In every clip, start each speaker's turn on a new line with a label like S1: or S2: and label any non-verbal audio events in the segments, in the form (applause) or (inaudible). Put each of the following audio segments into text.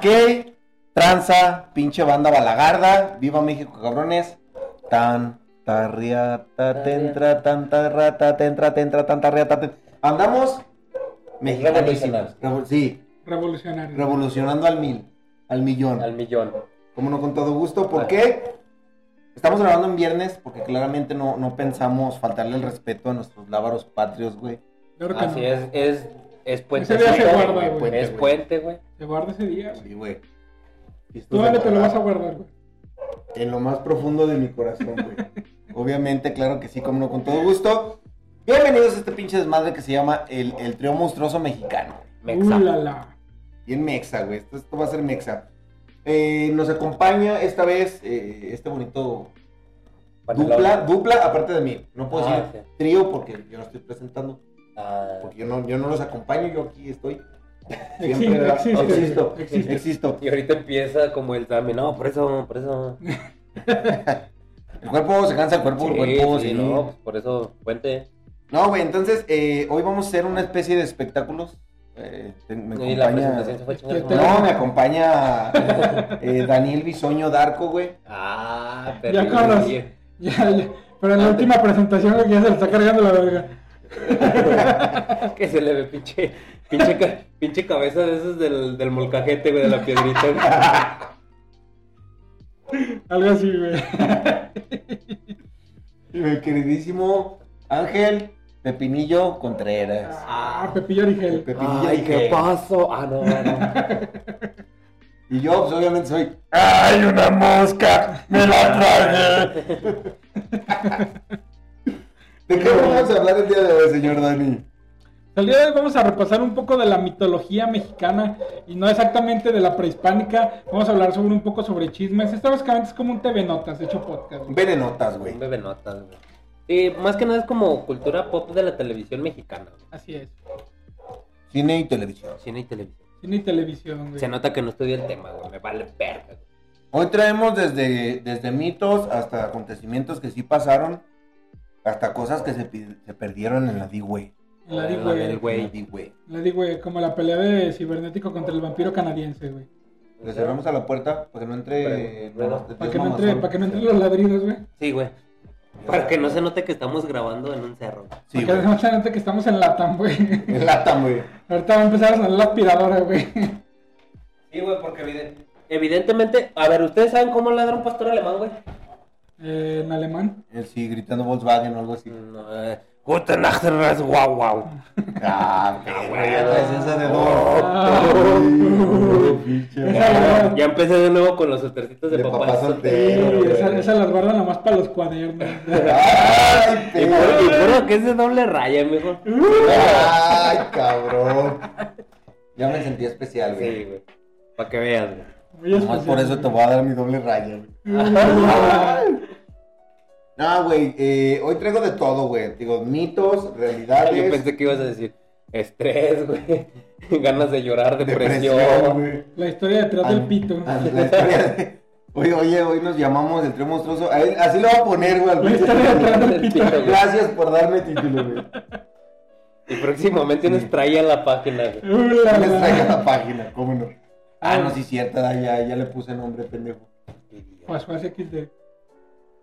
S1: ¿Qué tranza, pinche banda balagarda? Viva México, cabrones. Tan, tarriata, tentra, tanta rata, tentra, tentra, tanta riata. ten- Andamos mexicanísimos.
S2: Revolucionarios.
S1: Revo- Sí,
S3: Revolucionario.
S1: revolucionando al mil, al millón.
S2: Al millón.
S1: Como no con todo gusto, ¿por qué? Estamos grabando en viernes porque claramente no, no pensamos faltarle el respeto a nuestros lábaros patrios, güey.
S3: Claro que
S2: Así
S3: no.
S2: es, es, es puente.
S3: Ese día se
S2: seco,
S3: guarda,
S2: güey,
S3: güey.
S2: puente, Es
S1: güey.
S2: puente, güey.
S3: Se guarda ese día, güey.
S1: Sí, güey. Y esto
S3: Tú
S1: se
S3: dónde te lo
S2: ah,
S1: guarda
S3: vas a guardar, güey.
S1: En lo más profundo de mi corazón, güey. Obviamente, claro que sí, como no, con todo gusto. Bienvenidos a este pinche desmadre que se llama El, el Trío Monstruoso Mexicano.
S2: Mexa.
S3: Ulala. (laughs)
S1: Bien mexa, güey. Esto, esto va a ser mexa. Eh, nos acompaña esta vez eh, este bonito
S2: Panelón.
S1: dupla, dupla aparte de mí. No puedo
S2: Ah,
S1: decir trío porque yo no estoy presentando.
S2: Ah,
S1: Porque yo no, yo no los acompaño, yo aquí
S3: (laughs)
S1: estoy. Siempre
S3: Existe,
S1: ¿verdad?
S3: existe,
S1: existo,
S3: güey, existe.
S1: existo.
S2: y ahorita empieza como el dame, no, por eso, por
S3: (laughs)
S2: eso.
S1: El cuerpo se cansa, el cuerpo, el cuerpo, sí,
S2: no, pues por eso, puente.
S1: No, güey, entonces eh, hoy vamos a hacer una especie de espectáculos. Eh, te- me
S2: y la presentación se
S1: acompaña...
S2: fue chingada. su
S3: Te-
S2: madre.
S1: No, me acompaña eh, Daniel Bisoño Darco, güey.
S2: Ah,
S3: Ya corras.
S2: bien.
S3: Ya, ya. Pero en la última presentación, güey, que ya se le está cargando la verga.
S2: (laughs) Que se le ve pinche, pinche, ca- pinche cabeza de esos del, del molcajete, güey, de la piedrita.
S1: (laughs)
S2: güey.
S3: Algo así, güey.
S1: Y mi queridísimo Ángel Pepinillo Contreras.
S3: Ah, Pepillo Origel.
S1: Pepinillo
S2: Ay,
S1: Origel.
S2: qué paso. Ah, no, no.
S1: Y yo, pues, obviamente, soy. ¡Ay, una mosca! ¡Me la traje! ¿De qué vamos a hablar el día de hoy, señor Dani?
S3: El día de hoy vamos a repasar un poco de la mitología mexicana y no exactamente de la prehispánica. Vamos a hablar sobre un poco sobre chismes. Esto básicamente es como un TV Notas hecho podcast. güey.
S1: Venenotas, güey.
S2: Un bebé notas, güey. Sí, más que nada es como cultura pop de la televisión mexicana, güey.
S3: Así es.
S1: Cine y televisión.
S2: Cine y televisión.
S3: Cine y televisión, güey.
S2: Se nota que no estudié el tema, güey. Me vale verga, güey.
S1: Hoy traemos desde, desde mitos hasta acontecimientos que sí pasaron, hasta cosas que se, pi- se perdieron en la D-Way.
S3: En
S2: En
S3: La di,
S2: la
S3: güey.
S2: del güey.
S1: En la D-Way.
S3: La di, güey, Como la pelea de cibernético contra el vampiro canadiense, güey.
S1: Le cerramos a la puerta para que no entre.
S2: Pero,
S1: no, este tío
S3: Para que, no
S1: mamazón.
S3: entre, para que no entren los ladridos, güey.
S2: Sí, güey. Para que no se note que estamos grabando en un cerro. güey.
S1: Sí,
S3: Porque
S1: güey.
S3: no se nota que estamos en
S1: (laughs)
S3: Latam, güey.
S1: En lata, güey.
S3: Ahorita va a empezar a sonar la aspiradora, güey.
S2: Sí, güey, porque evidente- evidentemente. A ver, ¿ustedes saben cómo ladra un pastor alemán, güey?
S3: Eh, en alemán.
S1: Eh, Sí, gritando Volkswagen o algo así.
S2: No, eh, Guten Nacht, wow, wow. (laughs)
S1: Ah, güey, ya traes esa de
S3: Ah.
S1: dos. Pinche
S3: Esa,
S1: madre.
S3: güey,
S2: Ya empecé de nuevo con los soltercitos de,
S1: De
S2: papá,
S1: papá
S3: Sí,
S1: soltero,
S3: güey,
S1: güey.
S3: esa, esa las guarda nomás para
S1: (laughs)
S3: los cuadernos. güey.
S1: Ay,
S2: Y
S1: pero.
S2: juro, y juro que es de doble raya, mijo.
S1: Ay, cabrón. Ya me sentí especial, güey.
S2: Sí, güey. Para que veas, güey.
S3: Muy
S2: Pues,
S1: Nomás
S3: especial,
S1: por eso te
S3: güey.
S1: voy a dar mi doble raya, güey. No, güey, eh, hoy traigo de todo, güey. Digo, mitos, realidades.
S2: Yo pensé que ibas a decir estrés, güey. (laughs) Ganas de llorar, depresión.
S1: güey.
S3: La historia detrás del
S1: Ah,
S3: pito.
S1: ah, la historia de- Oye, oye, hoy nos llamamos el trío monstruoso. Ahí- Así lo voy a poner, güey. al
S3: La
S1: pinche
S3: historia
S1: título.
S3: detrás del pito.
S2: güey.
S1: Gracias por darme el título, (laughs) güey.
S2: Y próximamente nos traía la página, güey.
S3: Ula,
S1: Les traigo
S3: la-
S1: la página, cómo no. Ah, no, sí, cierta, ya, ya le puse nombre, pendejo.
S3: Pues, pues, aquí te-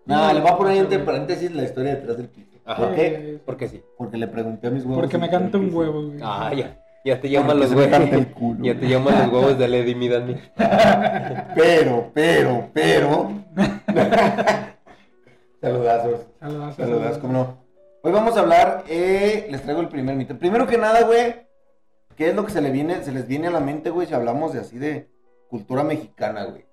S1: No, le voy a poner entre paréntesis la historia detrás del pito.
S2: Ajá.
S1: ¿Por qué?
S3: Eh,
S2: Porque sí.
S1: Porque le pregunté a mis huevos.
S3: Porque me
S1: y-
S3: canta un huevo, güey.
S2: Ah, ya. Ya te llaman
S1: Porque
S2: los
S1: se me canta
S2: huevos.
S1: el culo,
S2: Ya te
S1: güey.
S2: llaman los
S1: (laughs)
S2: huevos de Lady Midani.
S1: Pero, pero, pero.
S3: (laughs)
S1: Saludazos.
S3: Saludas,
S1: Saludas, cómo no. Hoy vamos a hablar, eh, les traigo el primer mito. Primero que nada, güey, ¿qué es lo que se, le viene, se les viene a la mente, güey, si hablamos de así de cultura mexicana, güey?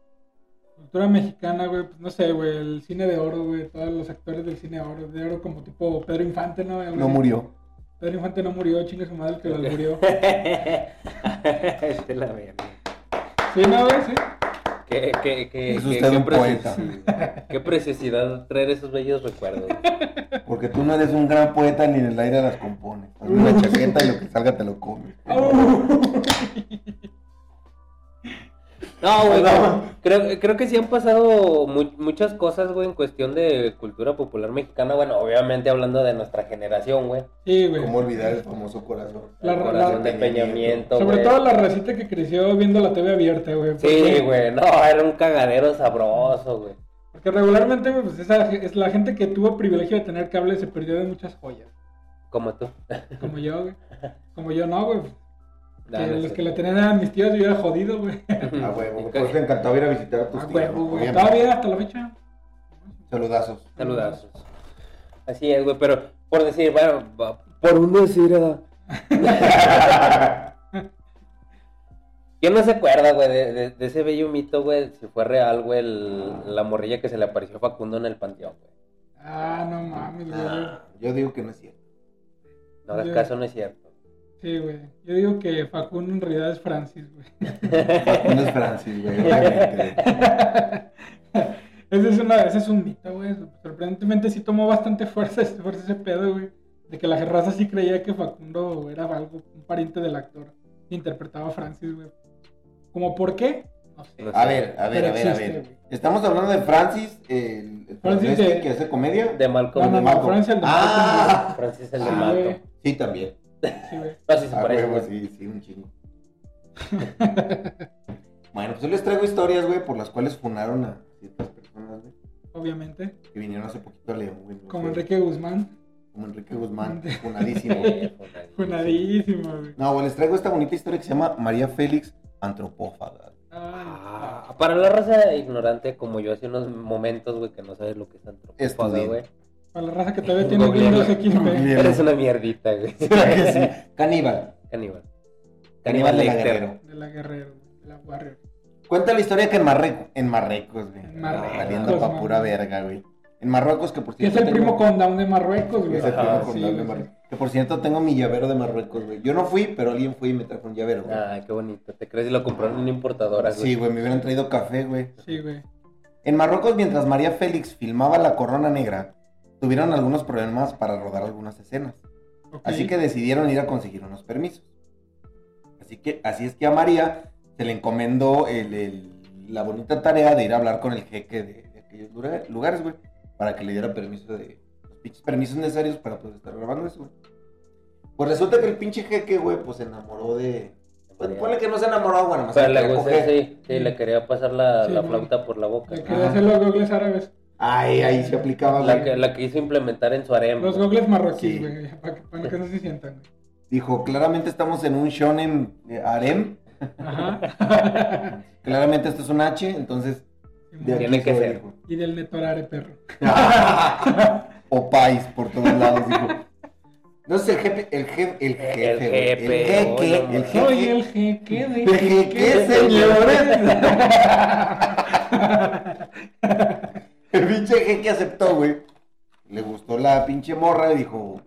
S3: Cultura mexicana, güey, pues no sé, güey, el cine de oro, güey, todos los actores del cine de oro, de oro como tipo Pedro Infante, ¿no? Algo
S1: No
S3: así.
S1: murió.
S3: Pedro Infante no murió, chinga su madre el que lo murió.
S2: (laughs) Este la verga.
S3: Sí, no, güey, sí.
S2: Qué, qué, qué,
S1: Es
S2: qué-
S1: usted
S2: qué
S1: un
S2: precis-
S1: poeta.
S2: sí. Qué preciosidad traer esos bellos
S1: (laughs)
S2: recuerdos. güey.
S1: Porque tú no eres un gran poeta ni en el aire las compones. Haz una chaqueta y lo que salga te lo comes.
S3: Au.
S2: No, güey,
S1: No.
S2: Creo, creo que sí han pasado mu- muchas cosas, güey, en cuestión de cultura popular mexicana. Bueno, obviamente hablando de nuestra generación, güey.
S3: Sí, güey.
S1: ¿Cómo olvidar el famoso corazón?
S3: La-
S2: El
S3: la-
S2: corazón de Peña Nieto,
S3: Sobre
S2: güey.
S3: todo la recita que creció viendo la TV abierta, güey.
S2: Sí, güey, no, era un cagadero sabroso, güey.
S3: Porque regularmente, güey, pues esa es la gente que tuvo privilegio de tener cable se perdió de muchas joyas.
S2: Como tú.
S3: Como yo, güey. Como yo no, güey.
S2: No,
S3: Que
S2: Ah, no
S3: los
S2: sé. Ah,
S3: que la tenían eran mis tíos y yo era jodido, güey.
S2: (laughs)
S1: A (laughs) huevo, pues te encantaba ir a visitar a tus
S3: A
S1: tíos.
S3: huevo, güey.
S1: Oye,
S3: Todavía hasta la fecha.
S1: Saludazos.
S2: Saludazos. Así es, güey, pero por decir, bueno, va- por un decir, (laughs) ah, ¿Quién no se acuerda, güey, de, de- de ese bello mito, güey, si fue real, güey, el- la morrilla que se le apareció a Facundo en el panteón, güey?
S3: Ah, no mames, güey.
S1: Yo digo que no es cierto.
S2: No hagas
S3: Yo-
S2: caso, no es cierto.
S3: Sí, güey. Yo digo que Facundo en realidad es Francis, güey.
S1: No es Francis, güey. obviamente, güey.
S3: (laughs) ese, es una- ese es un mito, güey. Sorprendentemente sí tomó bastante fuerza, fuerza ese pedo, güey. De que la raza sí creía que Facundo era algo, un pariente del actor. que Interpretaba a Francis, güey. ¿Como por qué? No sé.
S2: No sé.
S1: A ver, Pues, a ver, a
S3: Pero
S1: ver, a
S3: existe,
S1: ver.
S3: güey.
S1: Estamos hablando de Francis, el, el
S3: Francis
S1: este
S3: de-
S1: que hace comedia.
S2: De Malcolm.
S3: No, no,
S1: Malcolm.
S3: Francis el de
S1: Ah,
S2: Francis el de
S1: Ah,
S2: Malcolm.
S1: sí, también.
S3: Sí, Ah, güey.
S2: No, sí se
S1: A
S2: parece,
S1: huevo,
S2: güey.
S1: sí, sí, un chingo. bueno, pues yo les traigo historias, güey, por las cuales funaron a ciertas personas, güey.
S3: Obviamente.
S1: Que vinieron hace poquito a León, güey. no
S3: Como
S1: sé,
S3: Enrique Guzmán.
S1: Como Enrique
S3: (laughs)
S1: Guzmán, funadísimo.
S2: Sí, fue una-
S3: Funadísimo, güey.
S1: No, güey, les traigo esta bonita historia que se llama María Félix Antropófaga.
S3: Ay,
S2: Ah, para la raza ignorante como yo hace unos momentos, güey, que no sabes lo que es antropófaga,
S1: Estudié.
S2: güey.
S3: Para la raza que todavía
S1: Ah.
S3: tiene
S2: Googlealo.
S3: Windows XP.
S1: Googlealo.
S2: Eres una mierdita,
S1: (laughs)
S2: güey.
S1: ¿Será que sí? Caníbal.
S2: Caníbal.
S1: Caníbal
S2: Caníbal
S1: de la
S2: Lecter.
S1: Guerrero.
S3: De la Guerrero, güey. De la Warrior.
S1: Cuenta la historia que en Marruecos, en Marruecos, güey.
S3: En Marruecos,
S1: Valiendo pa'
S3: man.
S1: pura verga, güey. En Marruecos, que por
S3: Que es
S1: cierto.
S3: el
S1: tengo-
S3: primo con Down de Marruecos, güey.
S1: Es el primo
S2: Ajá,
S1: con
S3: Sí,
S1: Down de
S3: güey.
S1: Marruecos. Que por cierto, tengo mi llavero de Marruecos, güey. Yo no fui, pero alguien fue y me trajo un llavero, güey.
S2: Ay, Ah, qué bonito. Te crees y lo compraron en una importadora, güey.
S1: sí, güey, me hubieran traído café, güey.
S3: Sí, güey.
S1: En Marruecos, mientras María Félix filmaba La Corona Negra, tuvieron algunos problemas para rodar algunas escenas.
S3: Ok.
S1: Así que decidieron ir a conseguir unos permisos. Así que así es que a María se le encomendó el- el- la bonita tarea de ir a hablar con el jeque de, de aquellos lura- lugares, güey, para que le diera permiso de los pinches permisos necesarios para poder estar grabando eso, güey. Pues resulta que el pinche jeque, güey, pues se enamoró de. Pues ponle que no se enamoró, güey, nomás
S2: Pero
S1: se
S2: le
S1: quería
S2: gustó,
S1: coger.
S2: sí, sí, le quería pasar la,
S3: Sí,
S2: la
S3: no.
S2: flauta por la boca.
S3: Le
S2: ¿no?
S3: quería
S1: Ajá.
S3: hacer los gogles árabes.
S1: Ay, ahí se aplicaba,
S2: La
S1: güey.
S2: que, la que hizo implementar en su harem.
S3: Los
S2: güey.
S3: gogles
S1: Sí.
S3: marroquíes, güey. Para, que, para que no se sientan, güey.
S1: Dijo, claramente estamos en un shonen eh, harem.
S3: Ajá.
S1: Claramente esto es un H, entonces. de aquí
S2: Tiene que
S1: soy,
S2: ser.
S1: dijo.
S3: y del netorare, perro.
S1: o país por todos lados, dijo. No sé, el jefe, el jefe, el jefe,
S2: El
S1: güey,
S2: jefe,
S1: el jeque,
S2: hola,
S1: el jefe,
S3: Soy el jeque de
S1: el jeque, señores. el pinche jeque aceptó, güey. Le gustó la pinche morra y dijo,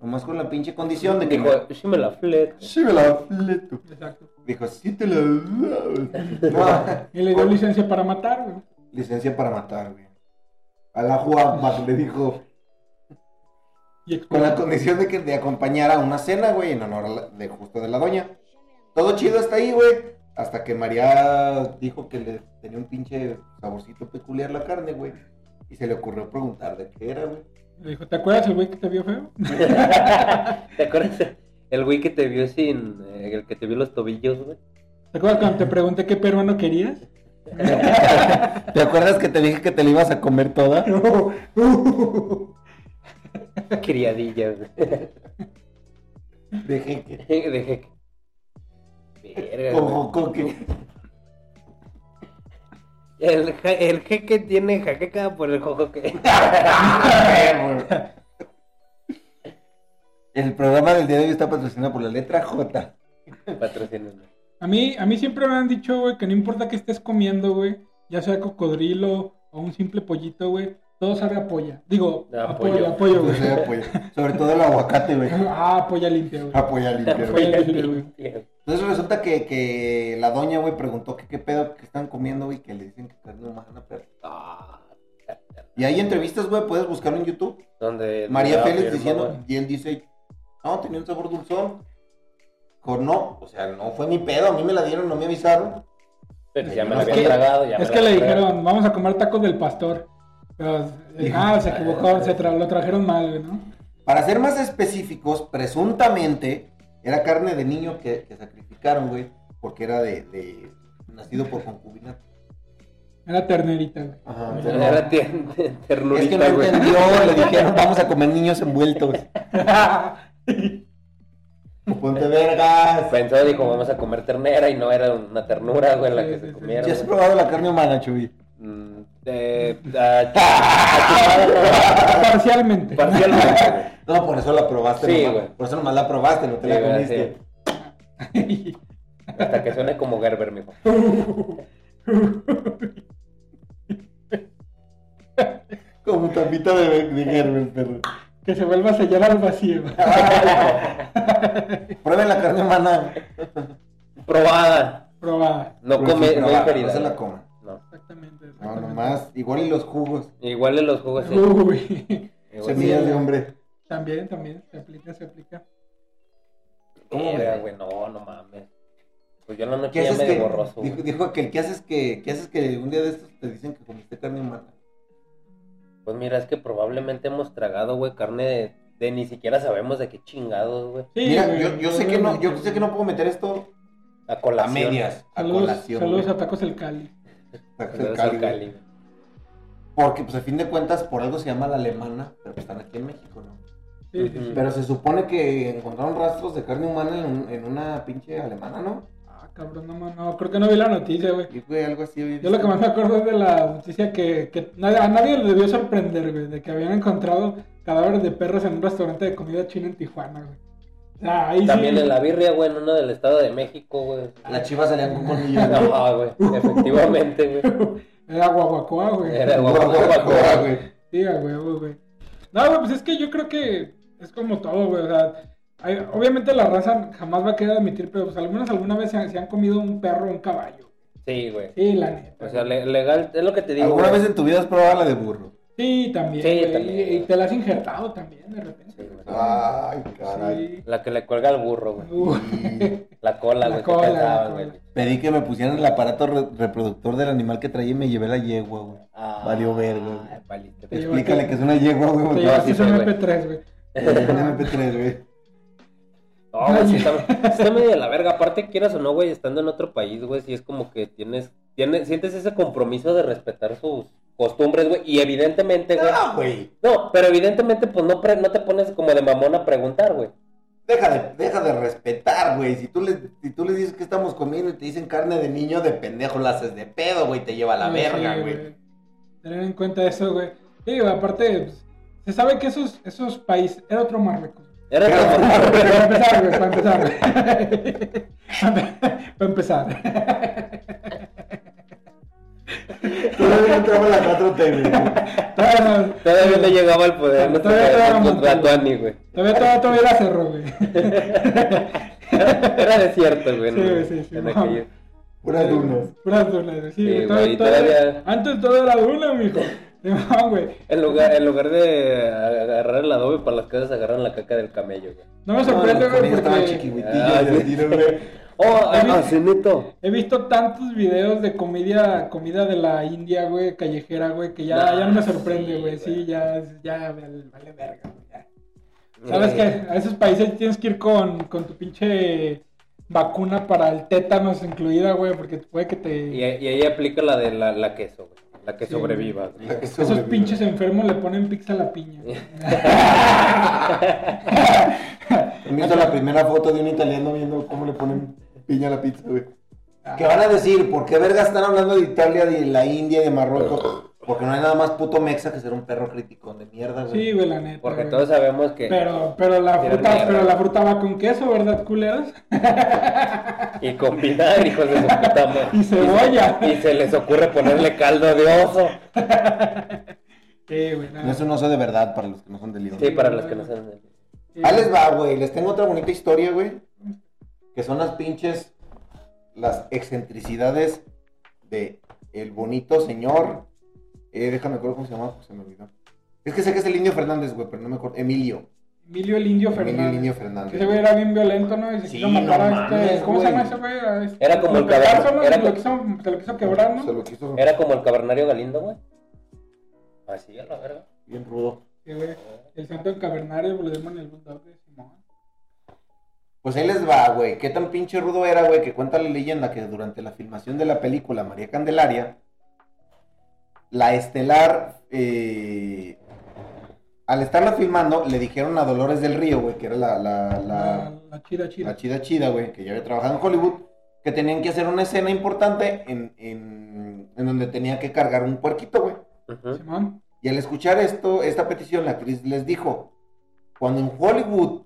S1: nomás con la pinche condición de que...
S2: Dijo, sí me la flex.
S1: sí me la fleto".
S3: Exacto.
S1: Dijo, sí te la... No,
S3: Y le dio licencia para matar, güey.
S1: licencia para matar, güey. A la Juan le dijo...
S3: Y
S1: Con la
S3: explotó.
S1: condición de que te acompañara a una cena, güey, en honor a la- de justo de la doña. Todo chido hasta ahí, güey. Hasta que María dijo que le tenía un pinche saborcito peculiar la carne, güey. Y se le ocurrió preguntar de qué era, güey.
S3: Le dijo, ¿te acuerdas el güey que te vio feo?
S2: (laughs) ¿Te acuerdas? El güey que te vio sin. eh, el que te vio los tobillos,
S1: (laughs)
S2: güey.
S3: ¿Te acuerdas cuando te pregunté qué peruano querías?
S1: ¿Te acuerdas que te dije que te la ibas a comer toda? (laughs)
S2: Criadilla, güey.
S1: Dejé
S2: (laughs)
S1: que.
S2: Dejé que. Verga, güey.
S1: Como coque.
S2: El, ja- el jeque tiene jaqueca por el jojo
S1: (laughs)
S2: que. (laughs)
S1: El programa del día de hoy está patrocinado por la letra J.
S2: Patrocínenme.
S3: A mí, a mí siempre me han dicho, güey, que no importa qué estés comiendo, güey, ya sea cocodrilo o un simple pollito, güey, todo sabe a polla. Digo,
S2: A
S3: apoyo,
S2: pollo.
S3: apoyo, güey.
S1: Entonces, apoya. pues, Sobre todo el aguacate, güey.
S3: (laughs) Ah, polla limpia, güey.
S1: Apoya limpio. güey.
S3: Apoya limpia, güey.
S1: Entonces resulta que, que la doña, güey, preguntó que qué pedo que están comiendo, güey, que le dicen que carne humana, pero...
S2: Ah,
S1: Y hay entrevistas, güey, puedes buscarlo en YouTube.
S2: donde
S1: María
S2: donde
S1: Félix
S2: afirma,
S1: diciendo,
S2: güey.
S1: y él dice, no, tenía un sabor dulzón. Dijo, no, o sea, no fue mi pedo, a mí me la dieron, no me avisaron.
S2: Pero
S1: Es
S2: ya me
S1: que-
S2: lo había
S1: es que-
S2: tragado. ya me
S3: Es
S2: lo
S3: que le
S2: había tragado.
S3: dijeron, vamos a comer tacos del pastor. Pero, eh, ah,
S1: (laughs)
S3: se equivocó, se tra- lo trajeron mal, güey, ¿no?
S1: Para ser más específicos, presuntamente era carne de niño que, que sacrificaron, güey, porque era de, de- nacido por concubinato.
S3: Era ternerita, güey.
S1: Ajá,
S3: Era-
S1: pero-
S2: Era tier-
S1: Es que
S2: (laughs) ternurita,
S1: no
S2: güey.
S1: entendió, le dijeron, vamos a comer niños (laughs) envueltos. Pues Ponte vergas.
S2: Pensó, dijo, vamos a comer ternera y no era una ternura, güey, la
S3: Sí,
S2: que
S3: sí,
S2: se
S3: sí.
S2: comieron.
S1: ¿Ya has
S2: güey.
S1: probado la carne humana, Chuy?
S2: Mm, eh, a- (laughs) a chupada,
S3: Parcialmente.
S2: Parcialmente,
S1: (laughs)
S2: güey.
S1: No, por eso la probaste.
S2: Sí,
S1: nomás.
S2: güey.
S1: Por eso nomás la probaste, no te
S2: Sí,
S1: la
S2: güey,
S1: comiste.
S2: sí. Hasta que suene como Gerber, mijo. (laughs)
S1: Como tapita de, de Gerber, perro.
S3: (laughs) que se vuelva a sellar al vacío.
S1: Prueben la carne humana.
S2: Probada.
S3: Probada.
S2: No
S1: Pero
S2: come,
S1: sin
S2: no
S1: probar,
S2: ingerida.
S1: No se la
S2: güey.
S1: coman.
S2: No.
S3: Exactamente.
S1: No,
S3: exactamente.
S1: nomás. Igual y los jugos.
S2: Igual en los jugos, Pues sí.
S3: Uy. (laughs)
S2: Igual
S1: Semillas
S2: sí.
S1: de hombre.
S3: También, también. Se aplica, se aplica.
S2: ¿Cómo verga, eh, güey? No, no mames. Pues yo en la
S1: ¿Qué
S2: noche ya
S1: haces
S2: medio
S1: que,
S2: borroso, güey.
S1: dijo, dijo aquel, ¿qué haces que, qué haces que un día de estos te dicen que comiste carne humana?
S2: Pues mira, es que probablemente hemos tragado, güey, carne de, de ni siquiera sabemos de qué chingados, güey.
S3: Sí,
S1: Mira,
S3: güey,
S1: yo, yo sé que no, yo sé que no puedo meter esto
S2: A
S1: a
S2: colación.
S1: medias, a
S3: Saludos,
S1: colación.
S3: saludos
S1: güey.
S3: a Tacos el Cali.
S1: Tacos del
S2: Saludos
S1: Cali,
S2: al
S1: güey.
S2: Cali.
S1: Porque, pues, a fin de cuentas, por algo se llama la alemana, pero pues, están aquí en México, ¿no?
S3: Sí, sí,
S2: Ujú.
S3: sí.
S1: Pero se supone que encontraron rastros de carne humana en, un- en una pinche alemana, ¿no?
S3: Ah, cabrón, no, no, no, creo que no vi la noticia, güey.
S1: Y fue algo así. güey.
S3: Yo lo que más me acuerdo es de la noticia que, que nadie- a nadie le debió sorprender, güey, de que habían encontrado cadáveres de perros en un restaurante de comida china en Tijuana, güey. O sea, ahí sí-
S2: También en la birria, güey, en uno del Estado de México, güey.
S1: Las chivas salían con colmillos. ¿no?
S2: (laughs) No, güey, efectivamente, güey.
S3: Era guaguacoa, güey.
S2: Era
S1: Guau, guau, guau, guau, güey.
S3: Sí, a huevo, güey. No, güey, pues es que yo creo que es como todo, güey. O sea, hay- obviamente la raza jamás va a querer admitir, pero pues al menos alguna vez se han, se han comido un perro o un caballo.
S2: Sí, güey.
S3: Sí, la neta.
S2: O sea, le- legal, es lo que te digo.
S1: ¿Alguna
S2: güey.
S1: vez en tu vida has probado la de burro?
S3: Sí, también.
S2: Sí,
S3: güey,
S2: también.
S3: Y, y te la has injertado también, de repente.
S2: Sí, güey.
S1: Ay, caray.
S3: Sí.
S2: La que le cuelga al burro, güey.
S3: Uh,
S2: La cola,
S3: La
S2: güey. que
S3: cola,
S2: pesaba,
S3: la
S2: güey.
S3: cola.
S1: Pedí que me pusieran el aparato re- reproductor del animal que traía y me llevé la yegua, güey.
S2: Ah,
S1: Valió verga, güey.
S2: ay, valiste
S3: Sí,
S2: verga.
S3: güey.
S1: Explícale que es una yegua, güey.
S3: te
S1: porque
S2: llevas-
S1: vas
S3: llevaste
S2: sí,
S3: un
S2: güey.
S3: MP3, güey.
S2: (laughs)
S1: a hacer un
S3: (laughs)
S1: MP3, güey.
S2: No, güey, sí está, sí está medio de la verga. Aparte, quieras o no, güey, estando en otro país, güey, sí es como que tienes, tienes sientes ese compromiso de respetar sus costumbres, güey. Y evidentemente, güey.
S1: No, güey.
S2: No, pero evidentemente, pues no, pre- no te pones como de mamón a preguntar, güey.
S1: Deja de, deja de respetar, güey. Si tú, les, si tú les dices que estamos comiendo y te dicen carne de niño, de pendejo la haces de pedo, güey. Te lleva a la
S3: Sí,
S1: verga,
S3: sí,
S1: güey.
S3: Tener en cuenta eso, güey. Sí, güey, aparte, pues, se sabe que esos, esos países. Era otro Marruecos.
S2: Era
S1: Pero-
S2: como-
S3: para empezar, güey, para empezar. güey. (laughs) para empezar.
S1: Todavía no entraba la 4T, güey.
S3: Todavía no-
S2: Todavía no llegaba al poder. No
S3: Todavía
S2: todavía
S3: estábamos,
S2: contra Tuani, güey.
S3: Todavía, todavía, todavía la cerró, güey.
S2: Era, era desierto, güey.
S3: Sí,
S2: ¿no?
S3: güey, sí, sí,
S2: En
S3: no.
S2: aquello.
S1: Puras dunas.
S3: Puras dunas, güey. Sí,
S2: Sí,
S3: güey,
S2: güey,
S3: todavía, todavía-
S2: todavía-
S3: Antes todo era duna, mijo. No, güey.
S2: En lugar, en lugar de agarrar el adobe para las casas, agarran la caca del camello, güey.
S3: No me sorprende,
S1: No,
S3: güey,
S1: los estaban
S3: porque
S1: chiquihuitillos de tiro, güey.
S2: Oh,
S3: Ay,
S2: ah, Cenito.
S3: he visto tantos videos de comida, comida de la India, güey, callejera, güey, que ya,
S2: Nah,
S3: ya no me sorprende,
S2: sí,
S3: güey. Sí,
S2: güey. Eh.
S3: ya, ya, vale, vale verga, güey. ya. ¿Sabes qué? A esos países tienes que ir con, con tu pinche vacuna para el tétanos incluida, güey, porque puede que te...
S2: Y, y ahí aplica la de la, la queso, güey. La que
S3: Sí,
S2: sobreviva. güey.
S1: La que
S3: Esos
S1: sobrevive.
S3: pinches enfermos le ponen pizza a
S2: (laughs)
S3: la piña. (laughs)
S1: Me hizo la primera foto de un italiano viendo cómo le ponen piña a la pizza, güey. ¿Qué van a decir? ¿Por qué verga están hablando de Italia, de la India, de Marruecos? Porque no hay nada más puto mexa que ser un perro crítico de mierda, güey.
S3: Sí, güey, la neta.
S2: Porque
S3: güey.
S2: todos sabemos que.
S3: Pero, pero, la
S2: Pero
S3: fruta,
S2: mierda.
S3: pero la fruta va con queso, ¿verdad, (laughs) culeros?
S2: Y con vinagre, hijos de su puta madre.
S3: Y cebolla.
S2: Y se, y se les ocurre ponerle caldo de oso.
S3: Sí, güey,
S1: No
S3: nada.
S1: es un oso de verdad para los que no son de León.
S2: Sí, para los que no saben.
S3: Sí.
S1: Ahí les va, güey. Les tengo otra bonita historia, güey. Que son las pinches. Las excentricidades de el bonito señor. Eh, déjame acuerdo cómo se llama, se me olvidó. Es que sé que es el indio Fernández, güey, pero no me acuerdo. Emilio.
S3: Emilio el Indio
S1: Emilio
S3: Fernández.
S1: Niño
S3: Que
S1: Fernández.
S3: ese güey era bien violento, ¿no? Y se
S1: Sí,
S3: quiso matar
S1: no
S3: a este.
S1: mames,
S3: ¿Cómo se llama
S1: güey.
S3: ese güey? A este-
S2: Era como el
S3: Pepe
S2: caballo-
S3: Garza, ¿no?
S2: era
S3: Se lo
S2: co-
S3: quiso, se lo quiso quebrar,
S1: Se
S3: ¿no?
S1: lo quiso
S2: Era como el cavernario Galindo, güey. Así, a la verga.
S1: bien rudo.
S3: Que, güey, El santo del cavernario, lo llaman el bulldog de Simón.
S1: Pues ahí les va, güey. ¿Qué tan pinche rudo era, güey? Que cuenta la leyenda que durante la filmación de la película María Candelaria, la estelar, eh, al estarla filmando, le dijeron a Dolores del Río, güey, que era la, la, la,
S3: La, la chida
S1: la
S3: chida.
S1: chida chida, güey, que ya había trabajado en Hollywood, que tenían que hacer una escena importante en, en, en donde tenía que cargar un puerquito, güey.
S2: Ujú.
S3: Simón.
S1: Y al escuchar esto, esta petición, la actriz les dijo, cuando en Hollywood,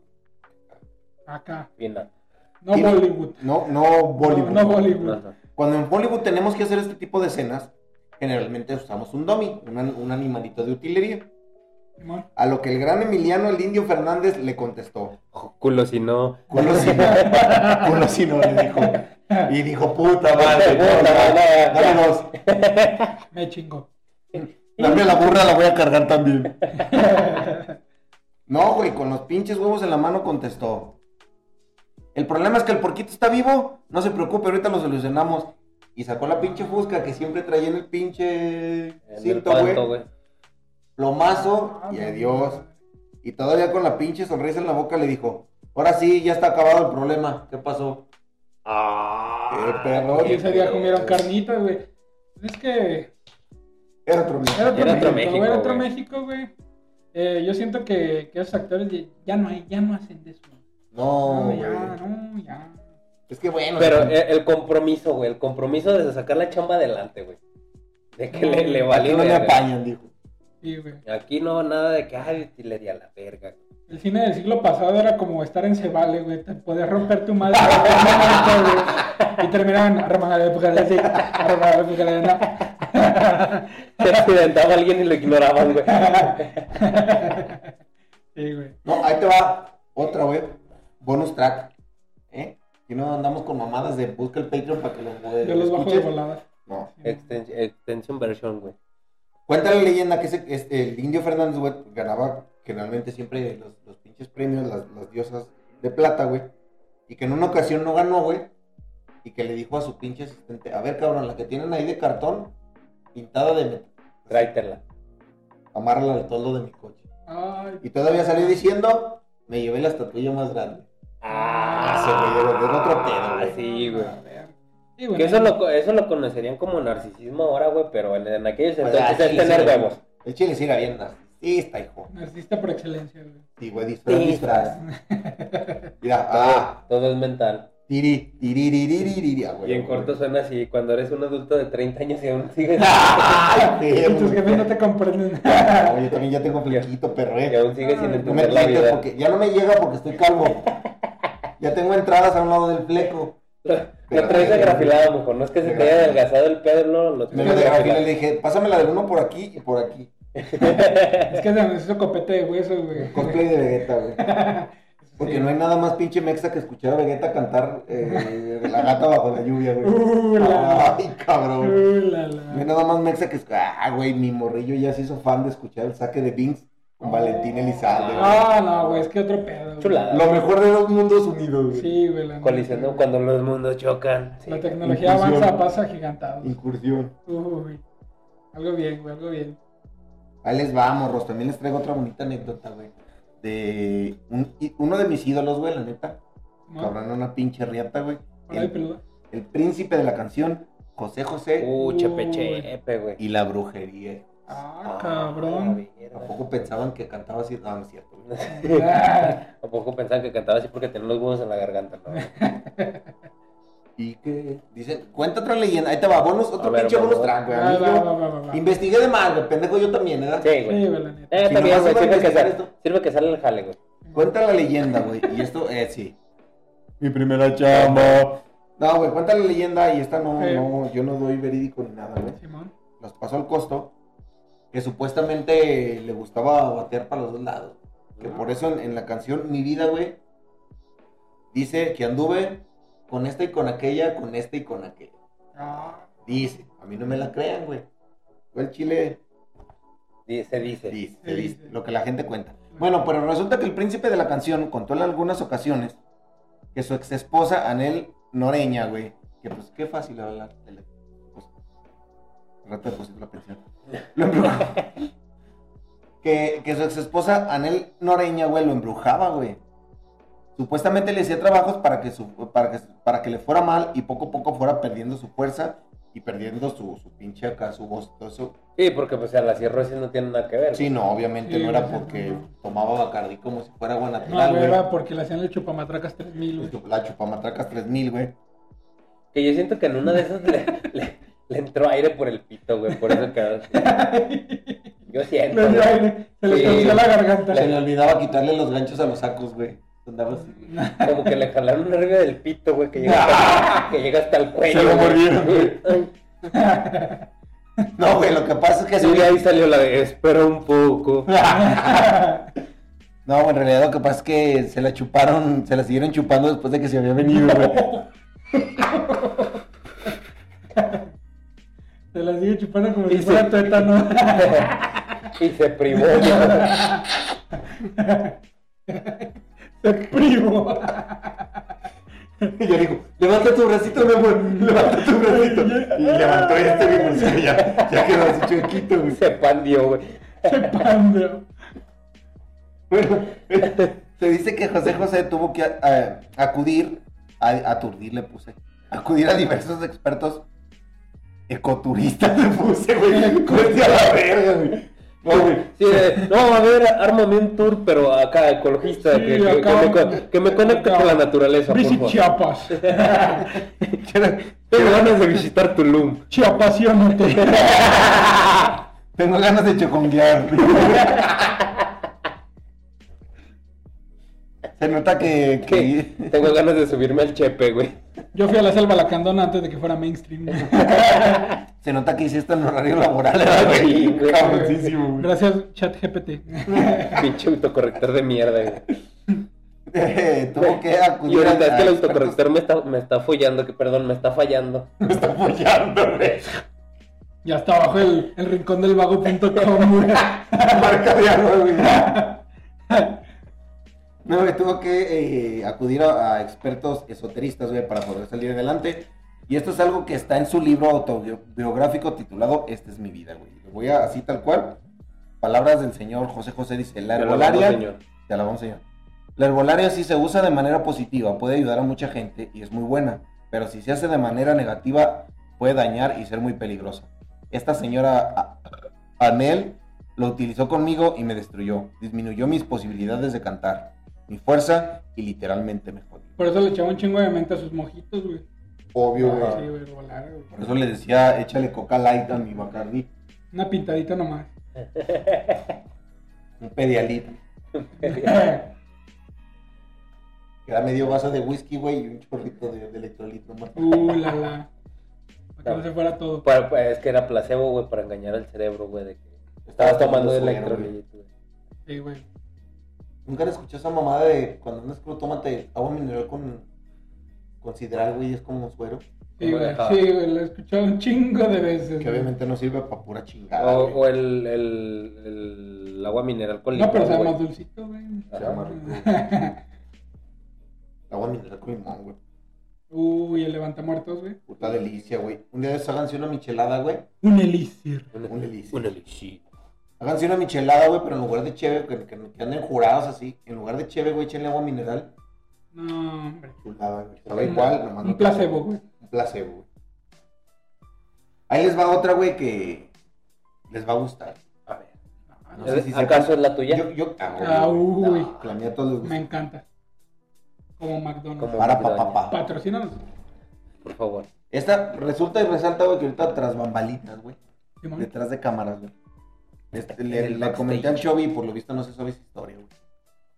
S3: Acá.
S2: Bien, ah.
S3: No
S1: Tiene-
S3: Bollywood.
S1: no, no Bollywood,
S3: No, no Bollywood.
S2: Ajá.
S1: cuando en Hollywood tenemos que hacer este tipo de escenas, generalmente usamos un dummy, un an- un animalito de utilería.
S3: Simón.
S1: A lo que el gran Emiliano, el indio Fernández, le contestó,
S2: Ojo, Culo si no. (laughs)
S1: culo si no, culo si no, le dijo. Y dijo, puta madre,
S2: (laughs) Puta madre.
S1: no, no, dame dos.
S3: (laughs) Me chingo.
S1: Dame la burra, la voy a cargar también. No, güey, con los pinches huevos en la mano contestó. El problema es que el porquito está vivo. No se preocupe, ahorita lo solucionamos. Y sacó la pinche fusca que siempre traía en el pinche
S2: En el
S1: cinto, güey.
S2: panto, güey.
S1: Plomazo
S3: Ah,
S1: y adiós. Y todavía con la pinche sonrisa en la boca le dijo: Ahora sí, ya está acabado el problema. ¿Qué pasó?
S2: Ah.
S1: Qué perro.
S3: Y ese día comieron carnitas, güey. Es que
S1: Era otro mito.
S3: Era otro,
S2: Era otro
S3: México,
S2: México,
S3: era otro
S2: güey.
S3: México, güey. Eh, yo siento que, que esos actores ya- ya no hay, ya no hacen de eso.
S1: No,
S3: No,
S1: güey.
S3: Ah, ya, no, ya.
S1: Es que bueno.
S2: Pero eh,
S1: aquí
S2: el, el compromiso, güey. El compromiso de sacar la chamba adelante, güey. De que le, le valió.
S1: no le apañan, dijo.
S3: Sí, güey.
S2: Aquí no, nada de que, ay, le di a la verga.
S3: El cine del siglo pasado era como estar en Cebale, güey. Te podías romper tu madre. en cualquier momento, güey. y terminaban arremangando de pucale, así. Arremangando de pucale, no.
S2: Se accidentaba alguien y lo ignoraban, güey.
S3: (laughs) Sí, güey.
S1: No, ahí te va otra, güey. Bonus track. ¿Eh? Que no andamos con mamadas de busca el Patreon para que lo puedas.
S3: Yo los bajo de volada.
S1: No.
S2: Extens- extension version, güey.
S1: Cuenta la leyenda que ese, este, el Indio Fernández, güey, ganaba generalmente siempre los, los pinches premios, las, las diosas de plata, güey. Y que en una ocasión no ganó, güey. Y que le dijo a su pinche asistente, a ver, cabrón, la que tienen ahí de cartón, pintada de metal,
S2: Tráetela.
S1: amárrala al toldo de mi coche.
S3: Ay,
S1: Y todavía salió diciendo, me llevé la estatuilla más grande. Ah, ese güey era- era otro pedo, güey.
S2: Sí, güey.
S3: a ver. Sí, güey.
S2: Que eso lo, co- eso lo conocerían como narcisismo ahora, güey, pero en, en aquellos
S1: Pues,
S2: entonces
S1: ah,
S2: es
S1: sí,
S2: tener
S1: sí, güey.
S2: huevos.
S1: El chile sí era bien narcisista, hijo.
S3: Narcisista por excelencia, güey.
S1: Sí, güey, disfraz,
S2: Sí.
S1: disfraz. Mira, ah,
S2: Todo es mental.
S1: tiri, tiri, tiri, tiri, ah, güey.
S2: y en corto suena así, cuando eres un adulto de 30 años y aún sigues,
S1: ¡Ay,
S3: Y tus jefes
S1: perro!
S3: no te comprenden. (laughs)
S1: No, yo también ya tengo flequito, perro,
S2: y
S1: eh.
S2: aún sigues sin
S3: No
S1: No me
S2: entender la
S1: quites
S2: vida.
S1: porque ya no me llega porque estoy calvo. Ya tengo entradas a un lado del fleco.
S2: Lo traes agrafilado, mejor. No es que se te haya adelgazado el pelo, lo
S1: Me
S2: traes
S1: lo dejé y
S2: agrafilado.
S1: le dije, pásamela de uno por aquí y por aquí.
S3: Es que se nos hizo copete de hueso, güey. (laughs)
S1: Cosplay de Vegeta, güey. Porque no hay nada más pinche mexa que escuchar a Vegeta cantar eh, la gata bajo la lluvia,
S3: Uh,
S1: güey.
S3: la-
S1: Ay, cabrón.
S3: Uh, la,
S1: No hay
S3: la.
S1: nada más mexa que escuchar. Ah, güey, mi morrillo ya se hizo fan de escuchar el saque de Binks con Valentín Elizalde. güey.
S3: Ah, no, güey, es que otro pedo. güey.
S2: Chulada.
S1: Lo mejor de dos mundos unidos, güey.
S3: Sí, güey. La,
S2: Colisionando cuando los mundos chocan. Sí.
S3: la tecnología
S1: Inclusión.
S3: avanza a pasos agigantados.
S1: Incursión.
S3: Uy, algo bien, güey, algo bien.
S1: Ahí les va, morros. También les traigo otra bonita anécdota, güey. De un- y- uno de mis ídolos, güey, la neta.
S3: ¿No?
S1: Cabrón, una pinche riata, güey.
S3: Por ahí,
S1: El,
S3: peluda.
S1: el príncipe de la canción, José José
S3: Oh.
S2: Uh, chepe,
S3: Uy.
S2: chepe, güey.
S1: y la brujería.
S3: Ah, cabrón.
S1: Tampoco pensaban que cantaba así. No, no es cierto. güey.
S3: (laughs) Ah,
S2: Tampoco pensaban que cantaba así porque tenía los huevos en la garganta. ¿no?
S1: Y que. Dice, cuenta otra leyenda. Ahí te va, bonus, otro
S2: A ver,
S1: pinche
S2: vamos,
S1: bonus track,
S2: vamos.
S1: güey. A
S3: va,
S1: mí
S3: va,
S1: yo-
S3: va, va, va. Sí,
S1: Investigué de mal, güey, pendejo yo también, ¿verdad?
S2: Sí, güey.
S3: güey, la neta.
S2: Eh,
S1: Si
S2: está bien,
S1: nomás
S2: güey.
S1: se
S2: Sirve
S1: vuelve
S2: que,
S1: a
S2: sale,
S1: esto.
S2: sirve que sale el jale, güey.
S1: Cuenta la leyenda, güey, y esto, eh, sí. Mi primera chamba. No, güey, cuenta la leyenda y esta no,
S3: Sí.
S1: no, yo no doy verídico ni nada, güey.
S3: Simón.
S1: Los pasó al costo, que supuestamente le gustaba batear para los dos lados. Que por eso en, en la canción Mi Vida, güey, dice que anduve con esta y con aquella, con esta y con aquella.
S3: Ah,
S1: Dice, a mí no me la crean, güey. Fue el chile.
S2: Di- Se dice.
S1: Dice, se dice, lo que la gente cuenta. Bueno, pero resulta que el príncipe de la canción contó en algunas ocasiones que su ex esposa, Anel Noreña, güey, que pues qué fácil hablar de la esposa. Al pues, Rato de posible la pensión. Lo embrujaba. que, que su ex esposa, Anel Noreña, güey, lo embrujaba, güey. Supuestamente le hacía trabajos para que, su, para, que, para que le fuera mal y poco a poco fuera perdiendo su fuerza y perdiendo su, su pinche acá, su voz, todo eso,
S2: Sí, porque pues a las cirrosis no tienen nada que ver.
S1: Sí, no, obviamente
S3: Sí,
S1: no era
S3: no,
S1: porque
S3: no.
S1: tomaba Bacardí como si fuera agua
S3: No, güey,
S1: natural, güey.
S3: era porque le hacían el chupamatracas 3000,
S1: (laughs)
S3: güey. (laughs)
S1: la chupamatracas 3000, güey.
S2: Que yo siento que en una de esas le, (laughs) le- le entró aire por el pito, güey. Por eso quedó así. Yo siento.
S3: Le dio
S2: güey.
S3: aire, se le
S2: Sí.
S3: torció la garganta.
S1: Se le olvidaba quitarle los ganchos a los sacos, güey. Andaba así.
S3: (laughs)
S2: Como que le jalaron un nervio del pito, güey, que llega
S3: (laughs)
S2: hasta, que llega hasta el cuello.
S1: Se lo
S2: güey.
S1: mordieron, güey.
S2: Ay,
S1: No, güey, lo que pasa es que
S2: Sí,
S1: se-
S2: de ahí salió la de espera un poco.
S1: (laughs) No, en realidad lo que pasa es que se la chuparon, se la siguieron chupando después de que se había venido, güey.
S3: (laughs) Se las sigue chupando como
S2: Y
S3: si fuera
S2: se- (laughs)
S3: tuétano.
S2: y se privó. güey.
S3: Se privó.
S1: (laughs) Y yo digo, levanta tu bracito, mi amor, levanta tu
S3: (laughs)
S1: bracito. Y levantó este, mi amor, ya, ya quedó así chiquito, güey.
S2: se pandió, güey.
S3: Se pandeo.
S1: Bueno, (laughs) se dice que José José tuvo que eh, acudir, a, aturdir le puse, acudir a diversos expertos ecoturistas le puse,
S2: (laughs)
S1: güey. Cueste a la verga, güey. No, güey.
S2: Sí, de, no, a ver, ármame un tour, pero acá, ecologista,
S3: Sí,
S2: que, que-
S3: acá-
S2: que me, con- que me conecte con la naturaleza, por
S3: Visit
S2: favor.
S3: Chiapas.
S2: Quiero- Tengo ganas de visitar Tulum.
S3: Chiapasionate.
S1: Tengo ganas de
S2: (laughs)
S1: choconguear. se nota que...
S2: Que
S1: que...
S2: Tengo ganas de subirme al chepe, güey.
S3: (laughs) Yo fui a la selva lacandona antes de que fuera mainstream.
S2: (laughs)
S3: güey.
S1: Se nota que hiciste el horario laboral, ¿verdad,
S2: Sí,
S1: güey.
S2: güey.
S1: Cabroncísimo, güey.
S3: Gracias, ChatGPT.
S2: Pinche autocorrector de mierda, güey.
S1: Eh, (laughs) tuvo que acudir
S2: Y ahorita es que el
S1: expertos-
S2: autocorrector me está, me está follando, que perdón, me está fallando.
S1: Me está apoyando, güey.
S3: Ya está abajo el, el rincón del vago.com, güey.
S1: Marca de agua, güey. No, güey, tuvo que eh, acudir a, a expertos esoteristas, güey, para poder salir adelante. Y esto es algo que está en su libro autobiográfico titulado Esta es mi vida, güey. Lo voy a así tal cual. Palabras del señor José José dice, la
S2: Te lo amo,
S1: herbolaria...
S2: señor.
S1: Te alabamos, señor. La herbolaria si se usa de manera positiva puede ayudar a mucha gente y es muy buena, pero si se hace de manera negativa puede dañar y ser muy peligrosa. Esta señora a- Anel lo utilizó conmigo y me destruyó, disminuyó mis posibilidades de cantar, mi fuerza y literalmente me jodió.
S3: Por eso le echaba un chingo de mente a sus mojitos, güey.
S1: Obvio, güey.
S3: Sí, güey, volar, güey.
S1: Por eso le decía, échale coca light a mi Bacardi,
S3: Una
S1: (laughs)
S3: pintadita nomás.
S1: un pedialit. Eh. Era medio vaso de whisky, güey, y un chorrito de, de electrolit nomás.
S3: Uh, la la. Para que no se fuera todo.
S2: Pa- pa- es que era placebo, güey, para engañar al cerebro, güey, de que estabas
S1: Estaba
S2: tomando
S1: tomando suero,
S2: electrolito, güey.
S3: Sí, güey.
S1: Nunca le escuché esa mamada de cuando andas crudo, tómate agua mineral con considerar, güey, es como un suero.
S3: Sí,
S2: Como
S3: güey.
S2: dejaba.
S3: Sí, güey. Lo he escuchado un chingo de veces.
S1: Que
S3: güey.
S1: obviamente no sirve para pura chingada.
S3: Oh,
S2: O,
S1: güey.
S2: o el, el, el agua mineral con limón.
S3: No, pero sabe
S2: güey.
S3: más dulcito, güey.
S1: Sabe Ah, más
S3: (laughs)
S1: rico. Agua mineral con limón, güey.
S3: Uy, Uh, el levanta muertos, güey.
S1: Puta delicia, güey. Un día de esos háganse una michelada, güey.
S3: Un elixir.
S1: Un elixir.
S2: Un elixir.
S1: Háganse una michelada, güey, pero en lugar de cheve, que, que- que anden jurados así, en lugar de cheve, güey, echenle agua mineral.
S3: No, hombre.
S1: Chulada, güey. Sabe igual, nomás
S3: Un
S1: no-
S3: placebo, güey.
S1: Un placebo, güey. Ahí les va otra, güey, que les va a gustar. A ver. No sé si
S2: ¿Acaso es la tuya?
S1: Yo, yo,
S3: Ah, uy.
S1: No, la mía todos les gusta.
S3: Me encanta. Como McDonald's.
S2: Como-
S1: Para pa, pa, pa.
S3: Patrocínanos.
S2: Por favor.
S1: Esta resulta y resalta, güey, que ahorita tras bambalitas, güey.
S3: Simón.
S1: Detrás de cámaras, güey. Este,
S2: En
S1: le
S2: el
S1: le comenté a
S2: backstage.
S1: Chovy y por lo visto no se sabe esa historia, güey.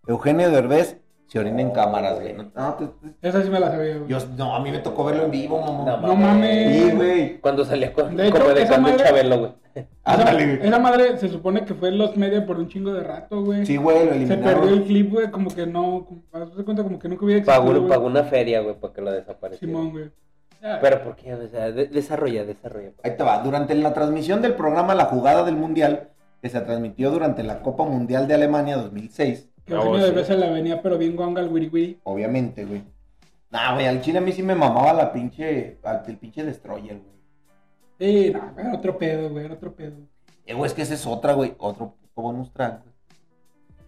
S1: Eugenio Derbez se orina
S3: Oh,
S1: en cámaras, güey. No, no, te- te-
S3: Esa sí me la sabía, güey.
S1: yo, no, a mí me tocó verlo en vivo, mamá.
S2: No,
S3: No mames.
S1: Sí, güey.
S2: Cuando salía con,
S3: De hecho,
S2: como de
S3: esa
S2: cuando
S3: madre-
S2: Chabelo, güey.
S1: Ándale,
S3: Esa,
S1: güey.
S3: esa madre se supone que fue en los medios por un chingo de rato, güey.
S1: Sí, güey, lo
S3: se perdió el
S1: eliminaron.
S3: clip, güey, como que no, como, hazte cuenta como que nunca hubiera existido.
S2: Pagó,
S3: güey.
S2: pagó una feria, güey, para que lo desapareciera.
S3: Simón, güey. Ya,
S2: Pero ¿por qué? O sea, de- desarrolla, desarrolla.
S1: Ahí te va. Durante la transmisión del programa La Jugada del Mundial, que se transmitió durante la Copa Mundial de Alemania 2006.
S3: Que
S2: Ah,
S3: Eugenio
S2: sí.
S3: Derbez se la venía, pero bien guanga al wiri wiri.
S1: Obviamente, güey. Nah, güey, al chile a mí sí me mamaba la pinche. al- El pinche destroyer, güey.
S3: Sí, no, era otro pedo, güey, era otro pedo.
S1: Eh, güey, es que esa es otra, güey. Otro puto bonus track, güey.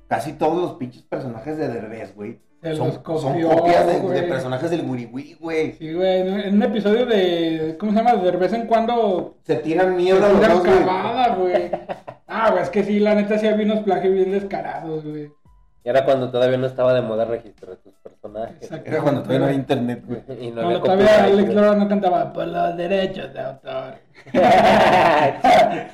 S1: Casi todos los pinches personajes de Derbez, güey.
S3: Se
S1: Son,
S3: los copió,
S1: son copias de,
S3: güey.
S1: de personajes del Wiriwi, güey.
S3: Sí, güey, en un- en un episodio de, ¿cómo se llama? De vez en cuando
S1: Se tiran
S3: se
S1: mierda los
S3: una
S1: dos, güey.
S3: cavada, güey. Ah, güey, es que sí, la neta sí había unos plagios bien descarados, güey.
S2: Y era cuando todavía no estaba de moda registrar tus personajes.
S3: Exacto.
S1: Era cuando todavía no había internet, güey.
S2: (laughs) Y no
S3: Cuando
S2: había
S3: todavía
S2: copyright,
S3: Alex
S2: güey.
S3: Lora no cantaba por los derechos de autor.
S2: (laughs)
S1: Ay,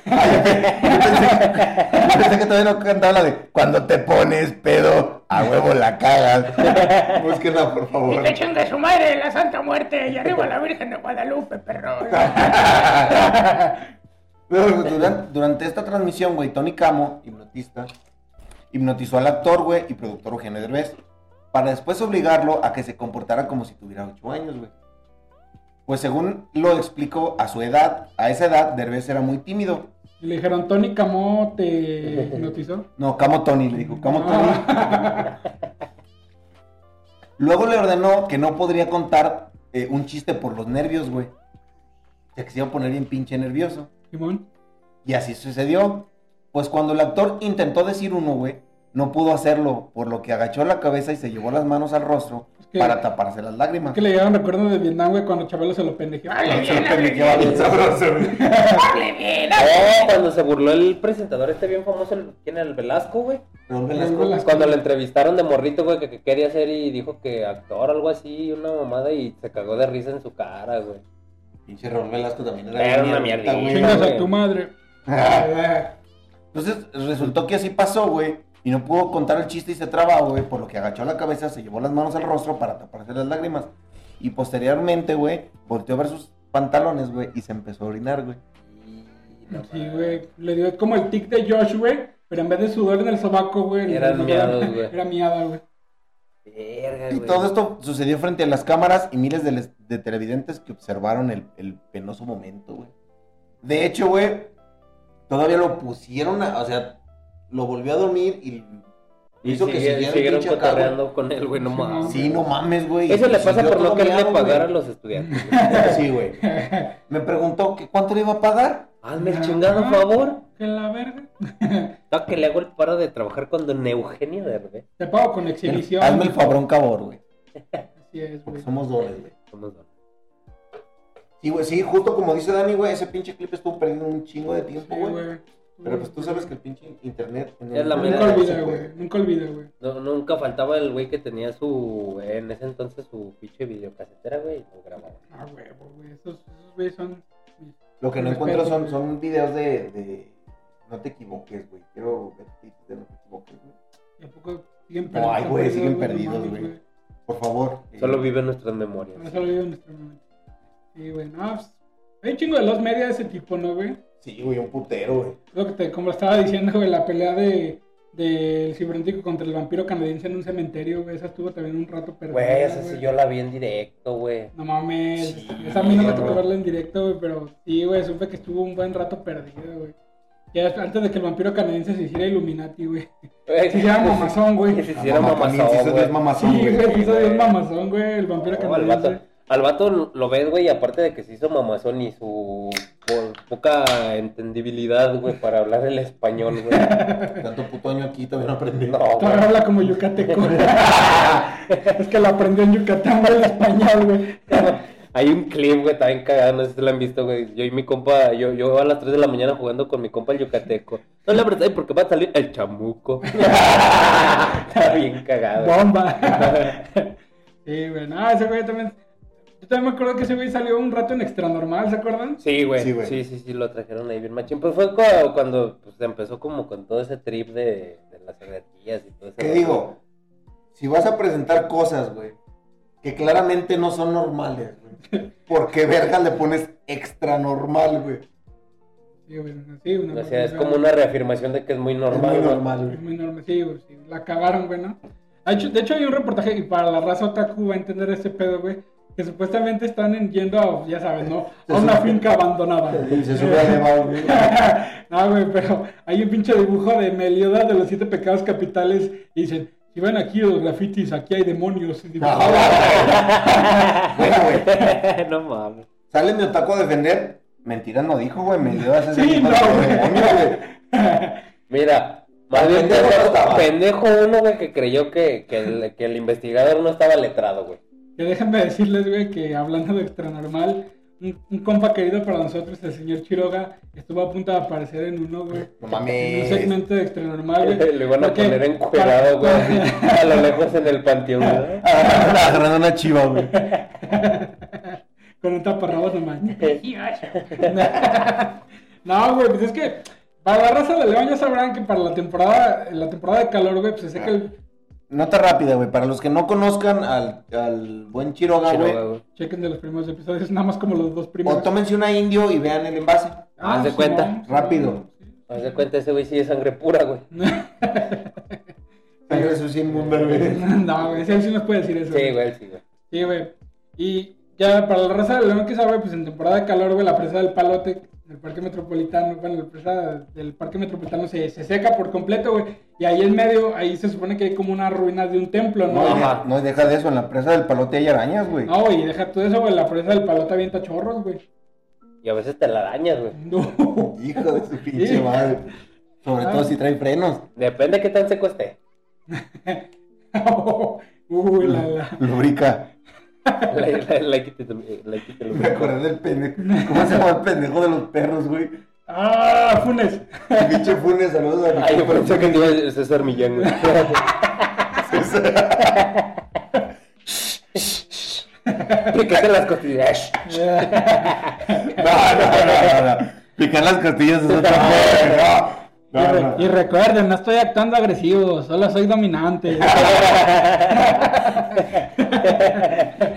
S1: yo pensé, que- yo pensé que todavía no cantaba la de Cuando te pones pedo, a huevo la cagas. Búsquenla, por favor.
S3: de su madre la Santa Muerte y arriba la Virgen de Guadalupe, perro.
S1: Pero güey, duran- durante esta transmisión, güey, Tony Camo, hipnotista, hipnotizó al actor, güey, y productor Eugenio Derbez, para después obligarlo a que se comportara como si tuviera 8 años, güey. Pues según lo explicó, a su edad, a esa edad, Derbez era muy tímido.
S3: Y le dijeron, Tony Camo te
S2: (laughs)
S3: hipnotizó.
S1: No, Camo Tony, le dijo, Camo
S3: Ah.
S1: Tony. (laughs) Luego le ordenó que no podría contar eh, un chiste por los nervios, güey. O sea, que se iba a poner bien pinche nervioso.
S3: (laughs) Simón.
S1: Y así sucedió. Pues cuando el actor intentó decir uno, güey, no pudo hacerlo, por lo que agachó la cabeza y se llevó las manos al rostro
S3: Es que-
S1: para taparse las lágrimas.
S3: Es que le llegaron recuerdos de Vietnam, güey, cuando Chabelo se lo pendejeó.
S1: Ay, se lo pendejeaba bien sabroso, güey.
S2: Oh, cuando se burló el presentador este bien famoso, el- ¿quién era el Velasco, güey?
S1: Raúl
S3: Raúl
S1: Velasco.
S3: Velasco.
S2: Cuando le entrevistaron de morrito, güey, que, que quería ser y dijo que actor o algo así, una mamada, y se cagó de risa en su cara, güey.
S1: Pinche Raúl Velasco también era,
S2: Era
S1: bien
S2: una
S1: mierdita,
S2: mierdita,
S3: Chingas
S1: güey. Ah.
S3: a tu
S1: (laughs)
S3: madre.
S1: Entonces resultó que así pasó, güey. Y no pudo contar el chiste y se traba, güey. Por lo que agachó la cabeza, se llevó las manos al rostro para taparse las lágrimas. Y posteriormente, güey, volteó a ver sus pantalones, güey, y se empezó a orinar, güey.
S2: Y no
S3: Sí,
S2: mames.
S3: güey. Le dio como el tic de Josh, güey. Pero en vez de sudor en el sobaco, güey.
S2: Eran
S3: le-
S2: miados, güey.
S3: Era miada, güey.
S2: (laughs)
S3: (laughs)
S2: Verga,
S1: Y
S2: güey.
S1: todo esto sucedió frente a las cámaras y miles de, les- de televidentes que observaron el, el penoso momento, güey. De hecho, güey, todavía lo pusieron, a- o sea, lo volvió a dormir y
S2: Y
S1: hizo que
S2: sigue-
S1: siguiera el
S2: siguieron
S1: pinche acá, güey.
S2: cotorreando con él, güey, no
S3: Sí,
S2: mames.
S1: Sí, no mames, güey.
S2: Eso le
S1: Y
S2: pasa
S1: siguió
S2: por no
S1: todo
S2: quererle
S1: miado,
S2: pagar a
S1: güey.
S2: los estudiantes.
S1: Sí, güey. Me preguntó que cuánto le iba a pagar.
S2: (laughs) Hazme el chingado favor.
S3: Que la verga.
S2: No, que le hago el paro de trabajar con don Eugenio Derbez.
S3: Te pago con exhibición.
S1: Hazme el fabrón cabrón, güey.
S3: Así es,
S1: Porque
S3: güey.
S1: somos dobles, güey.
S2: Somos dos.
S1: Sí, güey, sí, justo como dice Dani, güey, ese pinche clip estuvo perdiendo un chingo de
S3: Sí,
S1: tiempo, güey.
S3: güey.
S1: Pero pues tú sabes que el pinche internet... en
S2: Es la
S1: internet
S2: manera
S3: Nunca
S2: de
S1: se
S3: olvida,
S1: puede.
S3: güey. Nunca olvida, güey.
S2: No, nunca faltaba el güey que tenía su, en ese entonces, su pinche videocasetera, güey, y lo grababa.
S3: Ah, huevo, güey. Esos esos güeyes son.
S1: Lo que no
S3: Respeto,
S1: encuentro son,
S3: güey.
S1: son videos de, de- No te equivoques, güey. Quiero ver tips de no te equivoques, güey.
S3: ¿Y a poco siguen
S1: No, ay, güey, siguen perdidos,
S3: No mames,
S1: güey. Por favor. eh,
S2: Solo vive en nuestras memorias.
S3: No se olviden nuestro momento. Sí, güey. No, pues, hay un chingo de los media de ese tipo, ¿no, güey?
S1: Sí, güey, un putero, güey.
S3: Lo que te, como estaba diciendo, güey, la pelea de del cibernético contra el vampiro canadiense en un cementerio, güey, esa estuvo también un rato perdida.
S2: Güey, esa sí yo la vi en directo, güey.
S3: No mames,
S1: Sí,
S3: esa a mí no me
S1: güey.
S3: tocó verla en directo, güey, pero sí, güey, supe que estuvo un buen rato perdido, güey. Ya antes de que el vampiro canadiense se hiciera Illuminati, güey.
S2: Güey, (laughs)
S3: Se llama mamazón, güey.
S2: Que se hiciera
S1: Mamá,
S2: mamazón,
S1: también se hizo
S2: güey.
S1: diez mamazón,
S3: Sí,
S1: güey.
S3: güey, se hizo de un mamazón, güey, el vampiro
S2: No, al
S3: canadiense.
S2: vato, al vato lo ves, güey, y aparte de que se hizo mamazón y su po- poca entendibilidad, güey, para hablar el español, güey.
S1: Tanto puto año aquí todavía no aprendí.
S2: No, güey.
S3: Todavía habla como yucateco. (laughs) es que lo aprendió en Yucatán, güey, el español, güey.
S2: Hay un clip, güey, también cagado, no sé si lo han visto, güey. Yo y mi compa, yo, yo a las 3 de la mañana jugando con mi compa el yucateco. No le apretáis porque va a salir el chamuco. (laughs) Está bien cagado.
S3: Bomba. (laughs) sí, güey, no, ese güey también. Yo también me acuerdo que ese güey salió un rato en extra normal, ¿se acuerdan?
S2: Sí, güey.
S1: Sí,
S2: Sí,
S1: güey.
S2: sí, sí, lo trajeron ahí bien machín. Pues fue cu- cuando pues, se empezó como con todo ese trip de, de las regatías y todo eso.
S1: ¿Qué digo? Si vas a presentar cosas, güey, que claramente no son normales, güey. ¿Por qué verga le pones extra normal, güey?
S3: Sí, güey, no, sí, una
S2: O sea, es
S3: verga.
S2: como una reafirmación de que es muy normal.
S1: es muy
S2: güey. (laughs)
S1: normal,
S3: Es
S1: güey.
S3: muy enorme, sí, güey, sí, La cagaron, güey, ¿no? De hecho, de hecho, hay un reportaje, y para la raza otaku va a entender ese pedo, güey. que supuestamente están en- yendo, a, ya sabes, ¿no? A una finca abandonada.
S1: Se sube al elevador.
S3: (laughs) no, Ah, güey, pero hay un pinche dibujo de Meliodas de los siete pecados capitales y dicen, si ven aquí los grafitis, aquí hay demonios. Y
S2: Ah.
S3: dibujan-
S1: Bueno, güey.
S2: (laughs) no mames.
S1: Sale mi otaku a defender. Mentira, no dijo, güey. Me dio a hacer
S3: Sí, no, güey.
S2: Mira, más
S1: Al
S2: bien
S1: pendejo no
S2: pendejo,
S1: estaba.
S2: pendejo uno, güey, que creyó que, que, el, que el investigador no estaba letrado, güey.
S3: Que déjenme decirles, güey, que hablando de extranormal, un, un compa querido para nosotros, el señor Chiroga, estuvo a punto de aparecer en uno, güey.
S1: No
S3: En un
S1: mames.
S3: segmento de extranormal, güey.
S2: (laughs) Le iban a
S3: Porque-
S2: poner encuerado, güey, a lo lejos en el panteón.
S1: Ah,
S2: güey.
S1: Agarrando una chiva, güey.
S3: (laughs) Con un taparrabos nomás. (laughs) no, güey, pues es que para la raza de León ya sabrán que para la temporada, la temporada de calor, güey, pues se
S2: Ah.
S3: seca el...
S1: Nota rápida, güey. Para los que no conozcan al, al buen Chiroga,
S2: Chiroga,
S1: güey.
S2: güey.
S3: Chequen de los primeros episodios, nada más como los dos
S1: O
S3: primeros. Ah,
S1: tómense una indio y vean el envase.
S2: Haz de
S3: sí,
S2: cuenta.
S3: no, sí,
S1: Rápido.
S2: Haz de cuenta, ese güey sí es sangre pura, güey.
S1: Sangre sucia inmunda, güey.
S3: (laughs) No, güey, sí, sí nos puede decir eso.
S2: Sí, güey, sí, güey.
S3: Sí, güey. Y ya para la raza de León que sabe, pues en temporada de calor, güey, la presa del Palote, del Parque Metropolitano, bueno, la presa del Parque Metropolitano se, se seca por completo, güey. Y ahí en medio, ahí se supone que hay como una ruina de un templo, ¿no?
S1: No, y
S2: Ajá.
S1: de- no, y deja de eso. En la presa del palote hay arañas, güey.
S3: No, güey, deja todo eso, güey, la presa del Palote avienta chorros, güey. (laughs)
S2: Y a veces te la dañas, güey.
S3: No. (laughs)
S1: Hijo de su pinche
S3: Sí.
S1: madre. Sobre
S3: Ah.
S1: todo si trae frenos.
S2: Depende de qué tan seco (laughs) esté.
S3: Uy, la, la.
S1: Lubrica.
S2: La, la, la, quítete- la quítete-
S1: Me acordé del pendejo. ¿Cómo se llama el pendejo de los perros, güey?
S3: ¡Ah,
S2: (laughs)
S3: Funes! (laughs)
S1: El pinche Funes, saludos a
S2: Ay, yo pensé que te iba a decir César Millán, (laughs) güey. Pícate las (laughs) costillas.
S1: No, no, no, no, no. Picar las costillas es otra cosa.
S3: y,
S1: No,
S3: re-
S1: no,
S3: y
S1: no.
S3: recuerden, no estoy actuando agresivo, solo soy
S1: (laughs)
S3: dominante. Ah,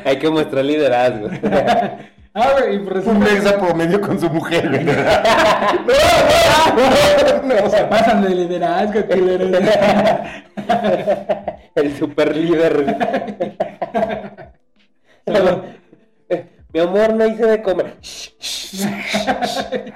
S2: Hay que mostrar (laughs) liderazgo.
S3: ah, güey, y por eso...
S1: Un exa promedio con su mujer, güey. (laughs) No, no, no,
S3: Se
S1: no.
S3: pasan de liderazgo,
S1: (laughs)
S3: culeros.
S2: El super líder. eh, Mi amor, no hice de comer. Shh, shh.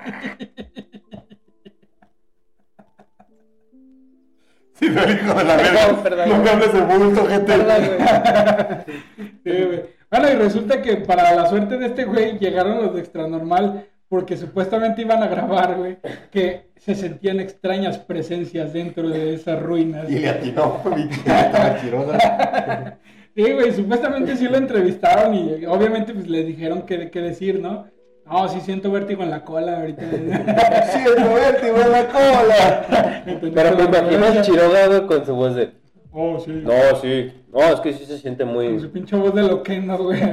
S1: Sí, no, hijo de la verga.
S2: Perdón, perdón.
S1: No me hables de bulto,
S2: Perdón,
S1: gente.
S2: güey.
S3: Sí, güey. Bueno, y resulta que para la suerte de este güey llegaron los de extranormal porque supuestamente iban a grabar, güey, que se sentían extrañas presencias dentro de esas ruinas.
S1: Y le atinó, pinche. Estaba chirosa.
S3: Sí, güey, supuestamente sí lo entrevistaron y obviamente pues les dijeron qué, qué decir, ¿no? No, sí siento vértigo en la cola
S2: (laughs)
S3: ahorita.
S1: Sí, el vértigo en la cola.
S2: Pero pues, me imagino al Chiroga, güey, con su voz de.
S3: Oh, sí.
S2: No, sí. No, es que sí se siente
S3: Con su
S2: muy.
S3: pinche voz de loquendo, güey. (laughs)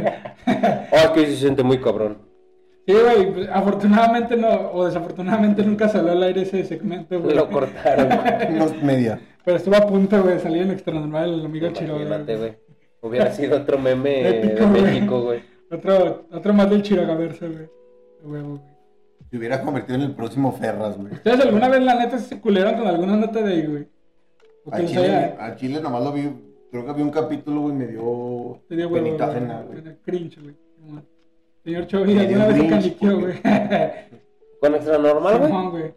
S2: Oh, es que sí se siente muy cabrón.
S3: Sí, güey, pues, afortunadamente no, o desafortunadamente nunca salió al aire ese segmento, güey.
S2: Lo
S3: (laughs)
S2: cortaron. güey.
S1: Unos media.
S3: Pero estuvo a punto, güey, de salir en extranormal el amigo Chiroga.
S2: Imagínate, güey. Hubiera sido otro meme
S3: (laughs) Épico,
S2: de
S3: güey.
S2: México, güey.
S3: Otro, otro más del Chiragaverso, güey. A huevo, güey.
S1: Se hubiera convertido en el próximo Ferras, güey.
S3: ¿Ustedes alguna vez la neta se culieron con alguna nota de ahí, güey? O que
S1: A
S3: los
S1: Chile,
S3: haya-
S1: a Chile nomás lo vi, creo que vi un capítulo, güey, me dio,
S3: te dio huevo,
S1: penita
S3: güey,
S1: ajena, güey.
S3: te dio Cringe, güey. Simón. Señor Chovy,
S1: Me dio
S3: alguna vez se
S1: cringe,
S3: caniqueó, güey.
S2: (laughs)
S1: porque-
S2: Con extra normal, güey.
S3: Simón, güey.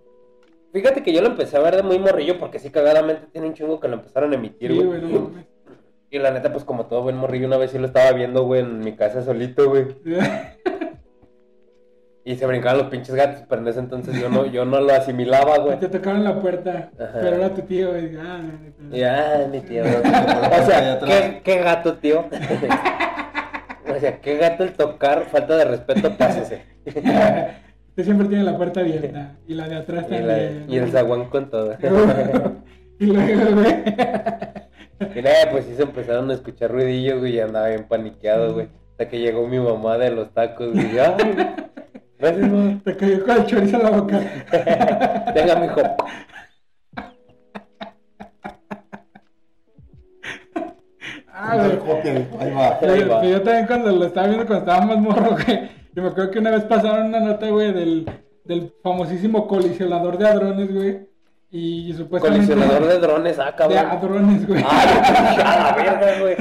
S2: Fíjate que yo lo empecé a ver de muy morrillo porque sí cagadamente tiene un chingo que lo empezaron a
S3: Sí,
S2: emitir,
S3: güey,
S2: güey.
S3: no mames.
S2: y la neta, pues como todo buen morrillo, una vez sí lo estaba viendo, güey, en mi casa solito, güey. Y se brincaban los pinches gatos, pero en ese entonces yo no, yo no lo asimilaba,
S3: (laughs)
S2: güey.
S3: (laughs) Te tocaron la puerta,
S2: Ajá.
S3: pero era tu tío, güey. Ah, no, no, no.
S2: Y, ay, mi tío.
S1: Pero te tocó la
S2: o
S1: parte de
S2: sea,
S1: atrás.
S2: ¿qué, qué gato, tío. (laughs) o sea, qué gato el tocar, falta de respeto, pásese.
S3: (laughs) Usted siempre tiene la
S2: (laughs)
S3: puerta abierta y la de atrás
S2: Y,
S3: también.
S2: la- y el zaguán con todo.
S3: (laughs) Y luego, güey. (laughs)
S2: Y nada, pues sí se empezaron a escuchar ruidillo, güey, y andaba bien paniqueado, güey. Hasta que llegó mi mamá de los tacos, güey. y, Ay, gracias, mamá.
S3: Te cayó con el chorizo en la boca.
S2: (laughs) Venga, mijo.
S3: Ah,
S1: Entonces,
S3: güey.
S1: ok, ahí va.
S2: Ahí va.
S3: Yo, yo también cuando lo estaba viendo cuando estaba más morro, (laughs) güey. Yo me acuerdo que una vez pasaron una nota, güey, del, del famosísimo colisionador de hadrones, güey. Y supuestamente...
S2: Colisionador de drones, ah, (laughs)
S3: de
S2: cabrón. Ah,
S3: (laughs) hadrones, güey.
S2: Ay, a la verga, güey.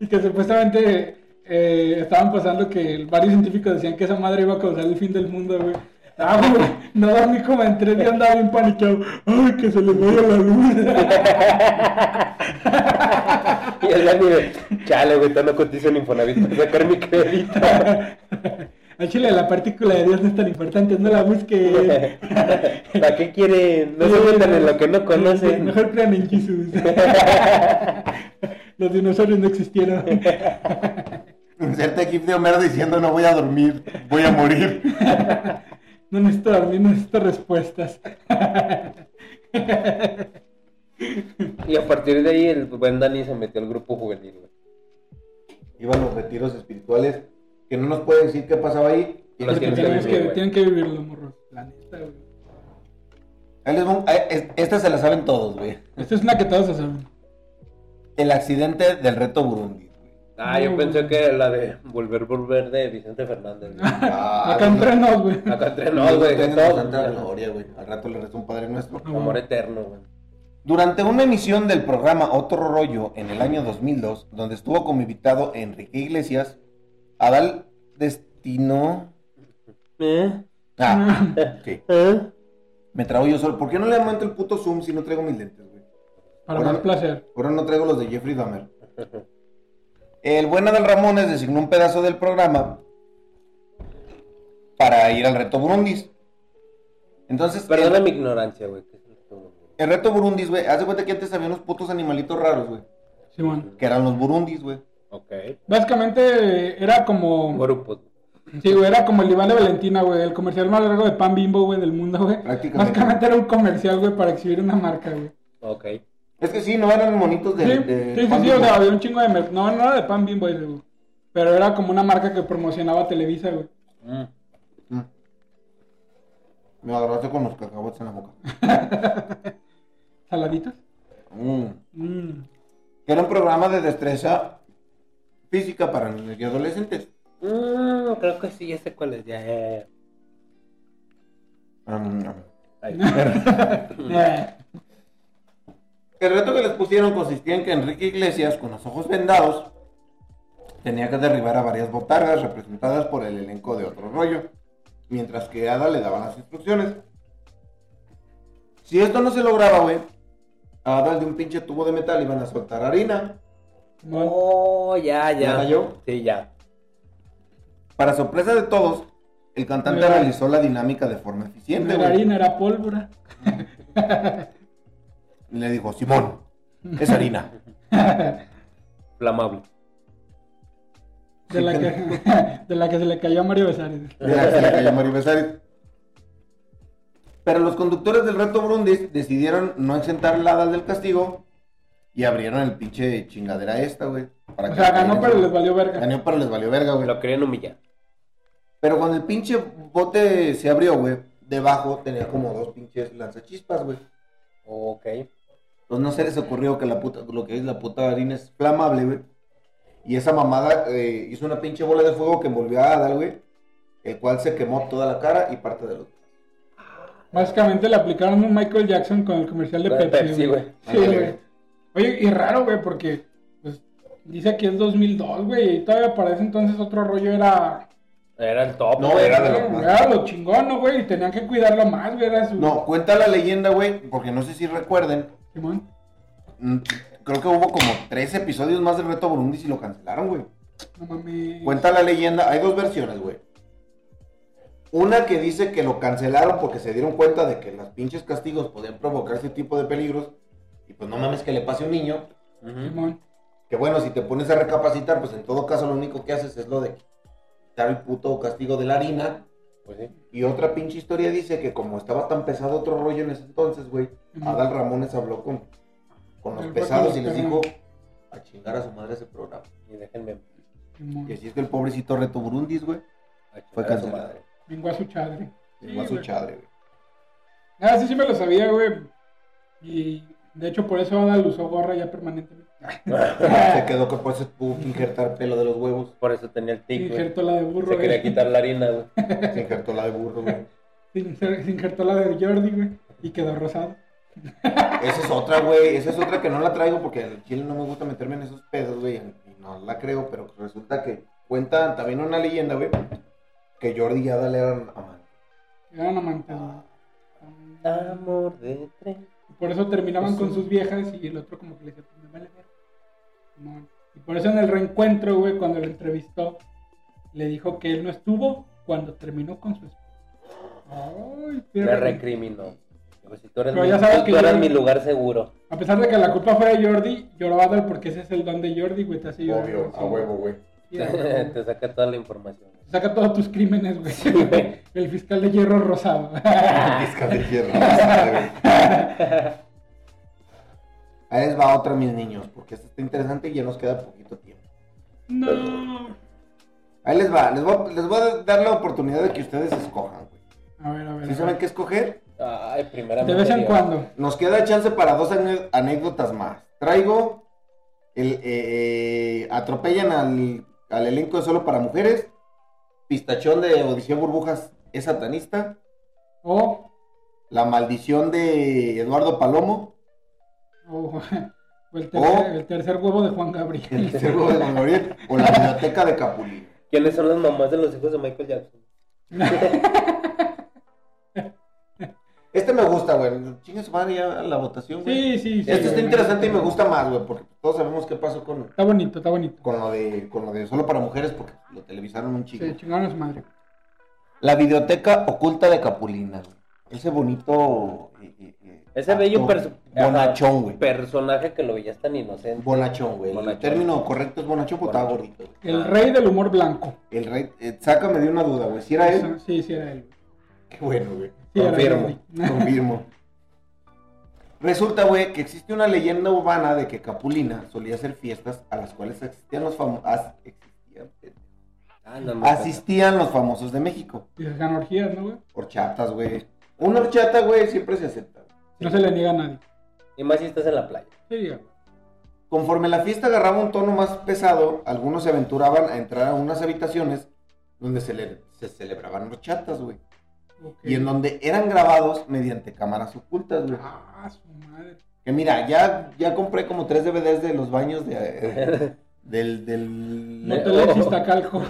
S3: Y que supuestamente eh, estaban pasando que varios científicos decían que esa madre iba a causar el fin del mundo, güey. Ah, güey, (laughs) no dormí como en tres días, andaba bien paniqueado. Ay, que se les vaya la luz.
S2: Y el Dani de, chale, güey, todavía no cotizo en Infonavit para sacar mi crédito.
S3: (laughs) Al chile, la partícula de Dios no es tan importante, no la (laughs) busquen.
S2: (laughs) ¿Para qué quieren? No se metan en lo que no conocen.
S3: Mejor crean en
S2: (laughs)
S3: Jesús. Los dinosaurios no existieron.
S1: Inserte gif de Homero diciendo no voy a dormir, voy a morir.
S3: No necesito dormir, no necesito respuestas.
S2: Y a partir de ahí el buen Dani se metió al grupo juvenil, güey.
S1: Iban los retiros espirituales que no nos puede decir qué pasaba ahí. Y
S2: Lo
S1: nos-
S3: Porque
S2: tienes que
S3: tenemos
S2: vivir,
S3: que,
S2: güey.
S3: tienen que vivir los morros, la neta, güey.
S1: Ahí les va un- ah, es- Esta se la saben todos, güey.
S3: Esta es una que todos saben.
S1: El accidente del reto Burundi. güey.
S2: Ah, yo
S3: No,
S2: pensé
S3: güey.
S2: que la de Volver, Volver de Vicente Fernández.
S1: (laughs)
S2: güey.
S1: Ah,
S3: Acá
S1: no.
S3: entre nos, güey.
S2: Acá entre nos, güey.
S1: Tengan
S2: todo-
S1: bastante la gloria, güey. Al rato le resta un padre nuestro.
S2: Amor eterno, güey.
S1: Durante una emisión del programa Otro Rollo en el año 2002, donde estuvo como invitado Enrique Iglesias, Adal destinó...
S2: ¿Eh?
S1: Ah,
S3: Mm.
S1: sí.
S2: ¿Eh?
S1: Me trago yo solo. ¿Por qué no le aumento el puto zoom si no traigo mis lentes, güey?
S3: Para más placer.
S1: Ahora no traigo los de Jeffrey Dahmer. El buen Adal Ramones designó un pedazo del programa para ir al reto Burundis. Entonces,
S2: Perdona
S1: el,
S2: mi ignorancia, güey. ¿Qué es esto?
S1: el reto Burundis, güey, haz de cuenta que antes había unos putos animalitos raros, güey.
S3: Simón.
S1: Que eran los Burundis, güey.
S2: Ok.
S3: Básicamente era como.
S2: Grupos.
S3: Sí, güey, era como el Iván de Valentina, güey. El comercial más largo de pan bimbo, güey, del mundo, güey.
S1: Prácticamente.
S3: Básicamente era un comercial, güey, para exhibir una marca, güey.
S2: Ok.
S1: Es que sí, no eran monitos de.
S3: Sí,
S1: de-
S3: sí, sí, sí, o sea, había un chingo de... mer- No, no era de pan bimbo ese, güey. Pero era como una marca que promocionaba Televisa, güey.
S2: Mm.
S1: Mm. Me agarraste con los cacahuetes en la boca.
S3: ¿Saladitas?
S1: Mm.
S3: Mm.
S1: Que era un programa de destreza física para niños y adolescentes.
S2: Mm, creo que sí, ya sé cuál es. Ya, ya, ya.
S1: Mm. (laughs)
S2: Ahí.
S3: Eh,
S1: El reto que les pusieron consistía en que Enrique Iglesias, con los ojos vendados, tenía que derribar a varias botargas representadas por el elenco de otro rollo, mientras que Ada le daba las instrucciones. Si esto no se lograba, güey, a Ada de un pinche tubo de metal iban a soltar harina.
S3: bueno.
S2: (laughs) Oh, ya, ya.
S1: ¿Ya cayó?
S2: Sí, ya.
S1: Para sorpresa de todos, el cantante
S3: Mira.
S1: realizó la dinámica de forma
S3: No
S1: eficiente.
S3: era
S1: güey.
S3: harina, era pólvora.
S1: Y le dijo, Simón, es
S3: (laughs)
S1: harina.
S2: Flamable.
S3: De la, que, (laughs) de la que se le cayó a Mario Besares.
S1: Mira, se le cayó Mario Besares. Pero los conductores del reto Brundis decidieron no exentar la Adal del castigo y abrieron el pinche chingadera esta, güey. para
S3: O
S1: que
S3: sea,
S1: la caigan,
S3: ganó pero
S1: güey.
S3: les valió verga.
S1: Ganó, pero les valió verga, güey.
S2: Lo querían humillar.
S1: Pero cuando el pinche bote se abrió, güey, debajo tenía como dos pinches lanzachispas, güey.
S2: Ok.
S1: Pues no se les ocurrió que la puta, lo que es la puta harina es flamable, güey. Y esa mamada eh, hizo una pinche bola de fuego que envolvió a Adal, güey. El cual se quemó toda la cara y parte del otro.
S3: Básicamente le aplicaron un Michael Jackson con el comercial de
S2: Con el
S3: Pepsi.
S2: Pepsi, güey.
S3: Sí,
S1: Ándale,
S3: güey. Oye, y raro, güey, porque pues, dice que es 2002, güey, y todavía para ese entonces otro rollo era...
S2: Era el top.
S1: No,
S2: güey.
S1: era de lo más.
S3: Era lo chingón, ¿no, güey, y tenían que cuidarlo más, güey, era su...
S1: No, cuenta la leyenda, güey, porque no sé si recuerden.
S3: Simón.
S1: mm, Creo que hubo como tres episodios más del Reto Burundi y lo cancelaron, güey.
S3: No mames.
S1: Cuenta la leyenda, hay dos versiones, güey. Una que dice que lo cancelaron porque se dieron cuenta de que los pinches castigos podían provocar ese tipo de peligros. Y pues no mames que le pase a un niño.
S2: Ujú.
S3: Simón.
S1: Que bueno, si te pones a recapacitar, pues en todo caso lo único que haces es lo de quitar el puto castigo de la harina.
S2: Pues sí.
S1: Y otra pinche historia dice que como estaba tan pesado otro rollo en ese entonces, güey,
S3: Ujú.
S1: Adal Ramones habló con, con los
S3: El
S1: pesados
S3: vato
S1: y les
S3: del
S1: dijo a chingar a su madre ese programa.
S2: Y déjenme.
S3: Simón.
S1: Y así es que el pobrecito Reto Burundis, güey,
S2: a chingar
S1: Fue
S2: a su
S1: cancelado.
S2: madre.
S3: Vengó a su chadre.
S1: llegó a
S3: Sí,
S1: su
S3: güey.
S1: chadre, güey.
S3: Ah, sí, sí me lo sabía, güey. Y de hecho por eso Adal usó gorra
S2: (laughs)
S3: ya permanentemente. (laughs)
S1: Se quedó que pues pudo injertar pelo de los huevos,
S2: Por eso tenía el
S3: Se
S2: tic, güey.
S3: injertó la de burro,
S2: Se quería
S3: güey.
S2: quitar la harina,
S3: (laughs)
S2: güey.
S1: se injertó la de burro, güey.
S3: Se injer- se injertó la de Jordi, güey. Y quedó rosado.
S1: Esa es otra, güey, esa es otra que no la traigo porque al chile no me gusta meterme en esos pedos, güey, y no la creo, pero resulta que Cuenta también una leyenda, güey, que Jordi y Adal eran amantes.
S3: Eran amantes,
S2: Ah,
S3: güey.
S2: Amor de tren.
S3: Por eso terminaban
S2: Pues sí.
S3: con sus viejas y el otro como que le decía, pues me vale ver. No. Y por eso en el reencuentro, güey, cuando lo entrevistó, le dijo que él no estuvo cuando terminó con su esposa. Ay, qué
S2: Le
S3: re-
S2: recriminó. Dijo, si tú eres,
S3: Pero
S2: mi,
S3: ya sabes
S2: tú
S3: que yo-
S2: eras mi lugar seguro.
S3: A pesar de que la culpa fue de Jordi, lloró Adal porque ese es el don de Jordi, güey, te hace llorar.
S1: Obvio,
S3: güey.
S1: a huevo, güey.
S3: Sí, a
S2: (laughs)
S3: huevo,
S2: Te
S3: güey.
S2: saca toda la información.
S3: Saca todos tus crímenes, güey.
S2: güey.
S3: El fiscal de
S2: (laughs)
S3: hierro rosado.
S1: Pizca de hierro, madre, güey. Ahí les va otra, mis niños, porque esta está interesante y ya nos queda poquito tiempo.
S3: no.
S1: Ahí les va, les voy, a- les voy a dar la oportunidad de que ustedes escojan, güey.
S3: A ver, a ver.
S1: ¿Sí
S3: a ver.
S1: saben qué escoger?
S2: Ay, primeramente.
S3: De vez en
S2: Dios.
S3: cuando.
S1: Nos queda chance para dos ane- anécdotas más. Traigo el eh, eh, atropellan al, al elenco de solo para mujeres. Pistachón de Odisea Burbujas es satanista.
S3: O,
S1: La maldición de Eduardo Palomo.
S3: o, (laughs) o el, tercer, el tercer huevo de Juan
S1: El
S3: (laughs) Gabriel.
S1: cerro de Don Gabriel, o la biblioteca de Capulín.
S2: ¿Quiénes son las mamás de los hijos de Michael Jackson?
S1: Este me gusta, güey. Chinga su madre ya la votación, güey.
S3: Sí, sí, sí.
S1: este está
S3: güey.
S1: interesante y me gusta más, güey, porque todos sabemos qué pasó con,
S3: Está bonito, está bonito.
S1: con lo de con lo de solo para mujeres porque lo televisaron un chico.
S3: Se chingaron a su madre.
S1: La biblioteca oculta de Capulina, güey. Ese bonito eh, eh, eh,
S2: Ese bello
S1: actor,
S2: perso-
S1: bonachón, güey.
S2: Personaje que lo veías tan inocente.
S1: Bonachón, güey. El
S2: Bonachón.
S1: término correcto es bonachón porque estaba
S2: Bonachón.
S1: gordito. güey.
S3: El rey del humor blanco.
S1: El rey, eh, sácame de una duda, güey. Si era él,
S3: Sí, sí, era él. güey.
S1: qué bueno, güey.
S3: Sí, era
S2: Confirmo.
S3: Jordi. (laughs)
S1: Confirmo. Resulta, güey, que existe una leyenda urbana de que Capulina solía hacer fiestas a las cuales existían los famosos existían,
S2: Ah, no me
S1: asistían los famosos de México.
S3: Y se ganó orgías, ¿no, güey?
S1: Horchatas, güey. Una horchata, güey, siempre se acepta.
S3: No se le niega a nadie.
S2: Y más si estás en la playa. (laughs)
S3: Sí, güey.
S1: Conforme la fiesta agarraba un tono más pesado, algunos se aventuraban a entrar a unas habitaciones donde se, le- se celebraban horchatas, güey.
S3: Ok.
S1: Y en donde eran grabados mediante cámaras ocultas, güey.
S3: Ah, su madre.
S1: Que mira, ya, ya compré como tres DVDs de los baños de, (laughs) eh, del... del-
S2: Me-
S3: Motel de
S1: (laughs)
S3: Chistacalco.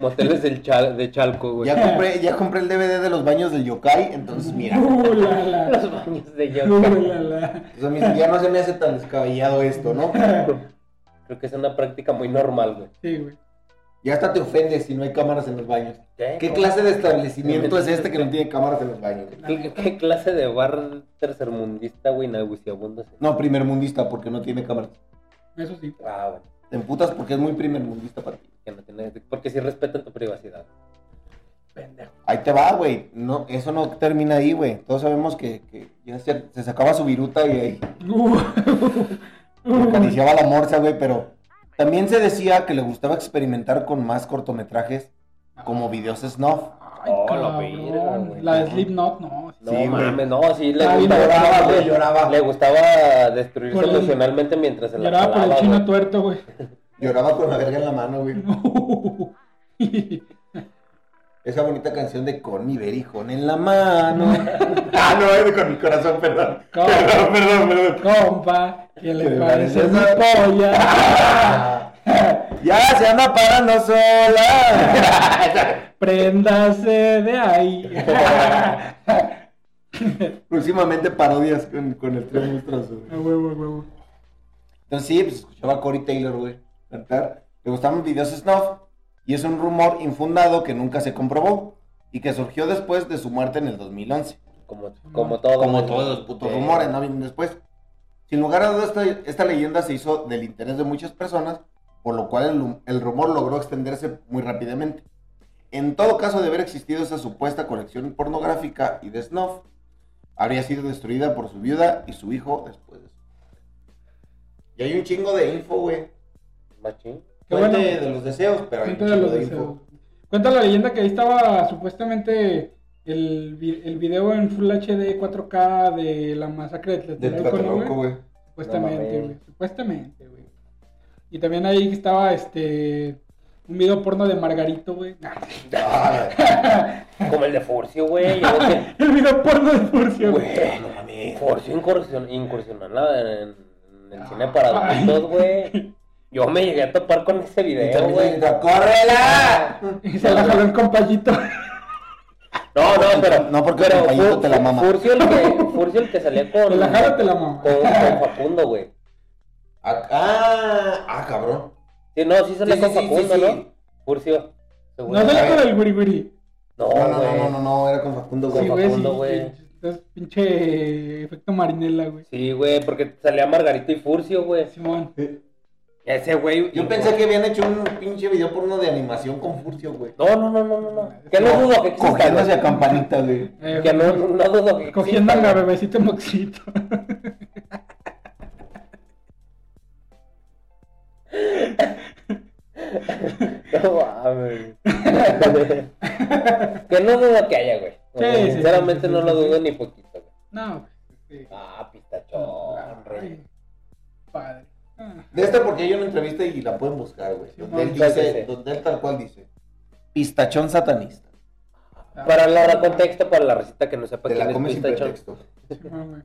S2: Moteles del chal- de Chalco, güey.
S1: ya, compré, ya compré el DVD de los baños del yokai, entonces Pues mira.
S3: (laughs) Uh, la,
S1: (laughs)
S3: la.
S2: (laughs) Los baños
S3: (laughs)
S2: de
S3: Uh,
S2: Yoko.
S3: la, la.
S1: O sea, me dice, ya no se me hace tan descabellado esto, ¿no?
S2: Creo que es una práctica muy normal, güey.
S3: Sí, güey.
S1: Ya hasta te ofendes si no hay cámaras en los baños. ¿Qué
S2: ¿Cómo?
S1: clase de establecimiento es este que no tiene cámaras en los baños? güey?
S2: ¿Qué, qué clase de bar tercermundista, güey, nauseabundo? es ese?
S1: No, primermundista, porque no tiene cámaras.
S3: Eso sí. (laughs)
S2: Ah, bueno.
S1: Te emputas porque es muy primermundista para ti.
S2: que no tiene- Porque si respetan tu privacidad.
S3: Pendejo.
S1: Ahí te va, güey. No, eso no termina ahí, güey. Todos sabemos que, que ya se, se sacaba su viruta y ahí
S3: Uh, uh,
S1: acariciaba la morsa, güey, pero también se decía que le gustaba experimentar con más cortometrajes como videos snuff.
S3: Ay,
S2: Oh, la verga,
S3: cabrón.
S2: güey.
S3: La de Slipknot, no.
S2: No
S1: Sí, güey.
S2: mames, no, sí, le
S3: Ay,
S2: gustaba,
S1: lloraba,
S2: güey.
S1: güey, lloraba.
S2: Le gustaba destruirse
S3: Por el-
S2: emocionalmente mientras se la
S3: Lloraba por el
S2: jalaba,
S3: chino
S2: güey.
S3: tuerto, güey.
S1: Lloraba con la verga en la mano, güey.
S3: No. (laughs)
S1: Esa bonita canción de con mi berijón en la mano. (laughs) ah, no, es de con mi corazón, perdón.
S3: ¿Cómo?
S1: Perdón, perdón, perdón.
S3: Compa, ¿qué le
S1: ¿Qué
S3: parece
S1: le
S3: mi
S1: parece
S3: polla?
S1: (laughs) ya se anda parando (laughs) sola.
S3: Préndase de ahí. (laughs)
S1: Próximamente parodias con, con el tren monstruoso. güey.
S3: A huevo, a huevo.
S1: Entonces sí, pues escuchaba a Corey Taylor, güey, cantar. Le gustaban videos snuff y es un rumor infundado que nunca se comprobó y que surgió después de su muerte en el 2011.
S2: Como, como todo.
S1: Como
S2: güey. Eh,
S1: todos los putos
S2: Sí.
S1: rumores, ¿no? Vienen después. Sin lugar a dudas, esta, esta leyenda se hizo del interés de muchas personas, por lo cual el, el rumor logró extenderse muy rápidamente. En todo caso de haber existido esa supuesta colección pornográfica y de snuff, habría sido destruida por su viuda y su hijo después de eso. Y hay un chingo de info, güey.
S2: Machín.
S3: Qué
S1: Fuente
S3: bueno.
S1: de los deseos, pero hay un
S3: Cuenta
S1: chingo
S3: de los
S1: de
S3: deseos.
S1: info.
S3: Cuenta la leyenda que ahí estaba supuestamente el, vi- el video en Full HD 4K de la masacre de
S1: Del
S3: Tlatelolco, ¿no,
S1: Tlatelolco, güey.
S3: güey?
S2: No
S3: Supuestamente,
S2: mames.
S3: güey. Supuestamente, güey. Y también ahí estaba este. Un video porno de Margarito, güey. (laughs)
S1: Ah, (laughs)
S2: Como el de Forcio, güey. yo creo
S3: (laughs)
S2: que-
S3: el video porno de Furcio, güey.
S2: Güey.
S1: no mames.
S2: Forcio incursion, incursionó en, la- en el cine
S3: Ah.
S2: para adultos, güey. Yo me llegué a topar con ese
S1: Y
S2: video,
S1: también se
S2: güey.
S1: grita, ¡Córrela!
S3: Y se la jaló
S2: (laughs)
S3: el compayito.
S2: No, no, pero.
S1: No, porque
S2: pero
S1: el compañero
S2: Fur-
S1: te la mama.
S2: Furcio el que, Furcio el que
S3: (laughs)
S2: salía con.
S3: Te la jala, te la mama.
S2: Con, con Facundo, güey.
S1: Ah, ah, ah, cabrón.
S2: Sí, no, sí salía
S1: Sí, sí,
S2: con
S1: sí,
S2: Facundo,
S1: sí, sí.
S2: ¿no? Furcio.
S3: No
S2: seguro.
S3: se la con el guri guri.
S2: No,
S1: No, no,
S2: güey.
S1: no, no, no, no, era con Facundo,
S3: Sí,
S1: Oh, güey.
S3: güey, sí.
S2: Facundo, güey.
S3: sí, estás pinche eh, efecto marinela, güey.
S2: Sí, güey, porque salía Margarito y Furcio, güey.
S3: Simón.
S2: Ese güey.
S1: Yo pensé que habían hecho un pinche video porno de animación con Furcio, güey.
S2: No, no, no, no, no. no. Que no dudo que exista.
S1: Cogiéndose
S2: güey.
S1: a campanita, güey.
S3: Eh,
S2: Que no, no dudo que
S3: Cogiendo
S2: exista,
S3: a la
S2: güey.
S3: bebecita moxito. (laughs)
S2: No mames. que no dudo que haya, güey. O sea,
S3: Sí, sí,
S2: sinceramente
S3: sí, sí,
S2: no
S3: sí,
S2: lo
S3: sí.
S2: dudo ni poquito, güey.
S3: No, este, güey. sí.
S2: Ah, pistachón, rey.
S3: Ay, Padre. Ah,
S1: De esta porque hay una entrevista y la pueden buscar, güey. Donde él dice, donde él tal cual dice. Pistachón satanista.
S2: Para Laura, contexto para la receta que no sepa
S1: Te
S2: quién
S1: la
S2: es
S1: comes sin
S2: pistachón.
S1: pretexto.
S3: Simón, güey.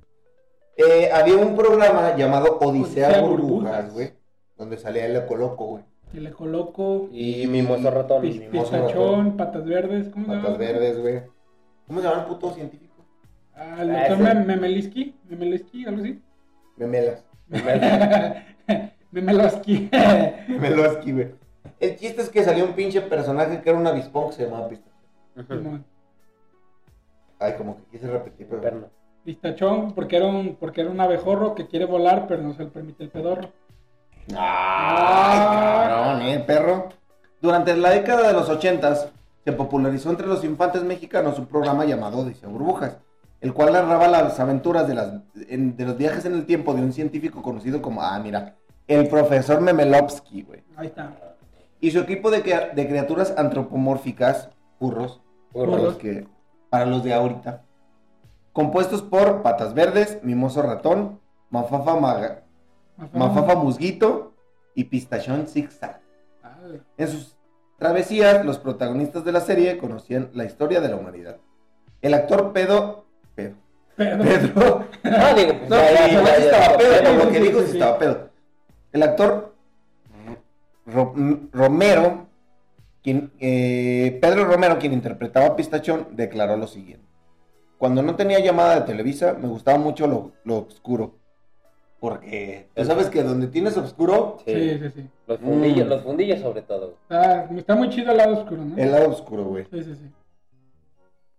S1: Eh, había un programa llamado Odisea,
S3: Odisea
S1: Burbujas,
S3: Burbujas.
S1: güey. Donde salía el Coloco, güey.
S3: Y le coloco
S2: Y mimoso ratón.
S3: pis-
S1: mi mozo ratón.
S2: (laughs)
S3: pistachón, patas verdes. ¿Cómo se llama?
S1: Patas verdes, güey. ¿Cómo se llama el puto científico?
S3: Ah, el
S2: Ah,
S3: doctor
S2: ese.
S3: Mem- Memeliski. Memeliski, algo así. (laughs)
S1: Memelas.
S3: Memeloski. (laughs)
S1: (laughs) Memeloski, güey. El chiste es que salió un pinche personaje que era un avispón que se llamaba Pistachón.
S2: Ujú.
S3: Simón.
S1: Ay, como que quise repetir, pero...
S2: Perno.
S3: Pistachón, porque era, un, porque era un abejorro que quiere volar, pero no se le permite el pedorro.
S1: Ay, cabrón, eh, perro. Durante la década de los ochentas, se popularizó entre los infantes mexicanos un programa llamado Odisea Burbujas, el cual narraba las aventuras de, las, en- de los viajes en el tiempo de un científico conocido como, ah, mira, el profesor Memelovsky, güey.
S3: Ahí está.
S1: Y su equipo de, crea- de criaturas antropomórficas, burros, para
S2: Burro.
S1: los, que, para los de ahorita, compuestos por Patas Verdes, Mimoso Ratón, Mafafa, Maga-
S3: Ah.
S1: Mafafa Musguito y Pistachón Zigzag.
S3: Dale.
S1: En sus travesías, los protagonistas de la serie conocían la historia de la humanidad. El actor Pedro... Pedro.
S3: Pedro.
S1: Pedro.
S2: No, digo, pues,
S1: No,
S2: ya,
S1: sí,
S2: ya, ya,
S1: no, sí
S2: ya,
S1: estaba
S2: ya,
S1: pedo, por lo
S3: sí,
S1: que
S3: sí,
S1: digo,
S3: sí,
S1: sí
S3: sí.
S1: estaba pedo. El actor Ro- Romero, quien, eh, Pedro Romero, quien interpretaba a Pistachón, declaró lo siguiente. Cuando no tenía llamada de Televisa, me gustaba mucho lo, lo oscuro. Porque tú sabes que donde tienes oscuro,
S2: Sí.
S3: Sí, sí, sí.
S2: Los fundillos,
S1: Mm.
S2: los fundillos sobre todo.
S3: Está, está muy chido el lado oscuro, ¿no?
S1: el lado oscuro, güey.
S3: Sí, sí, sí.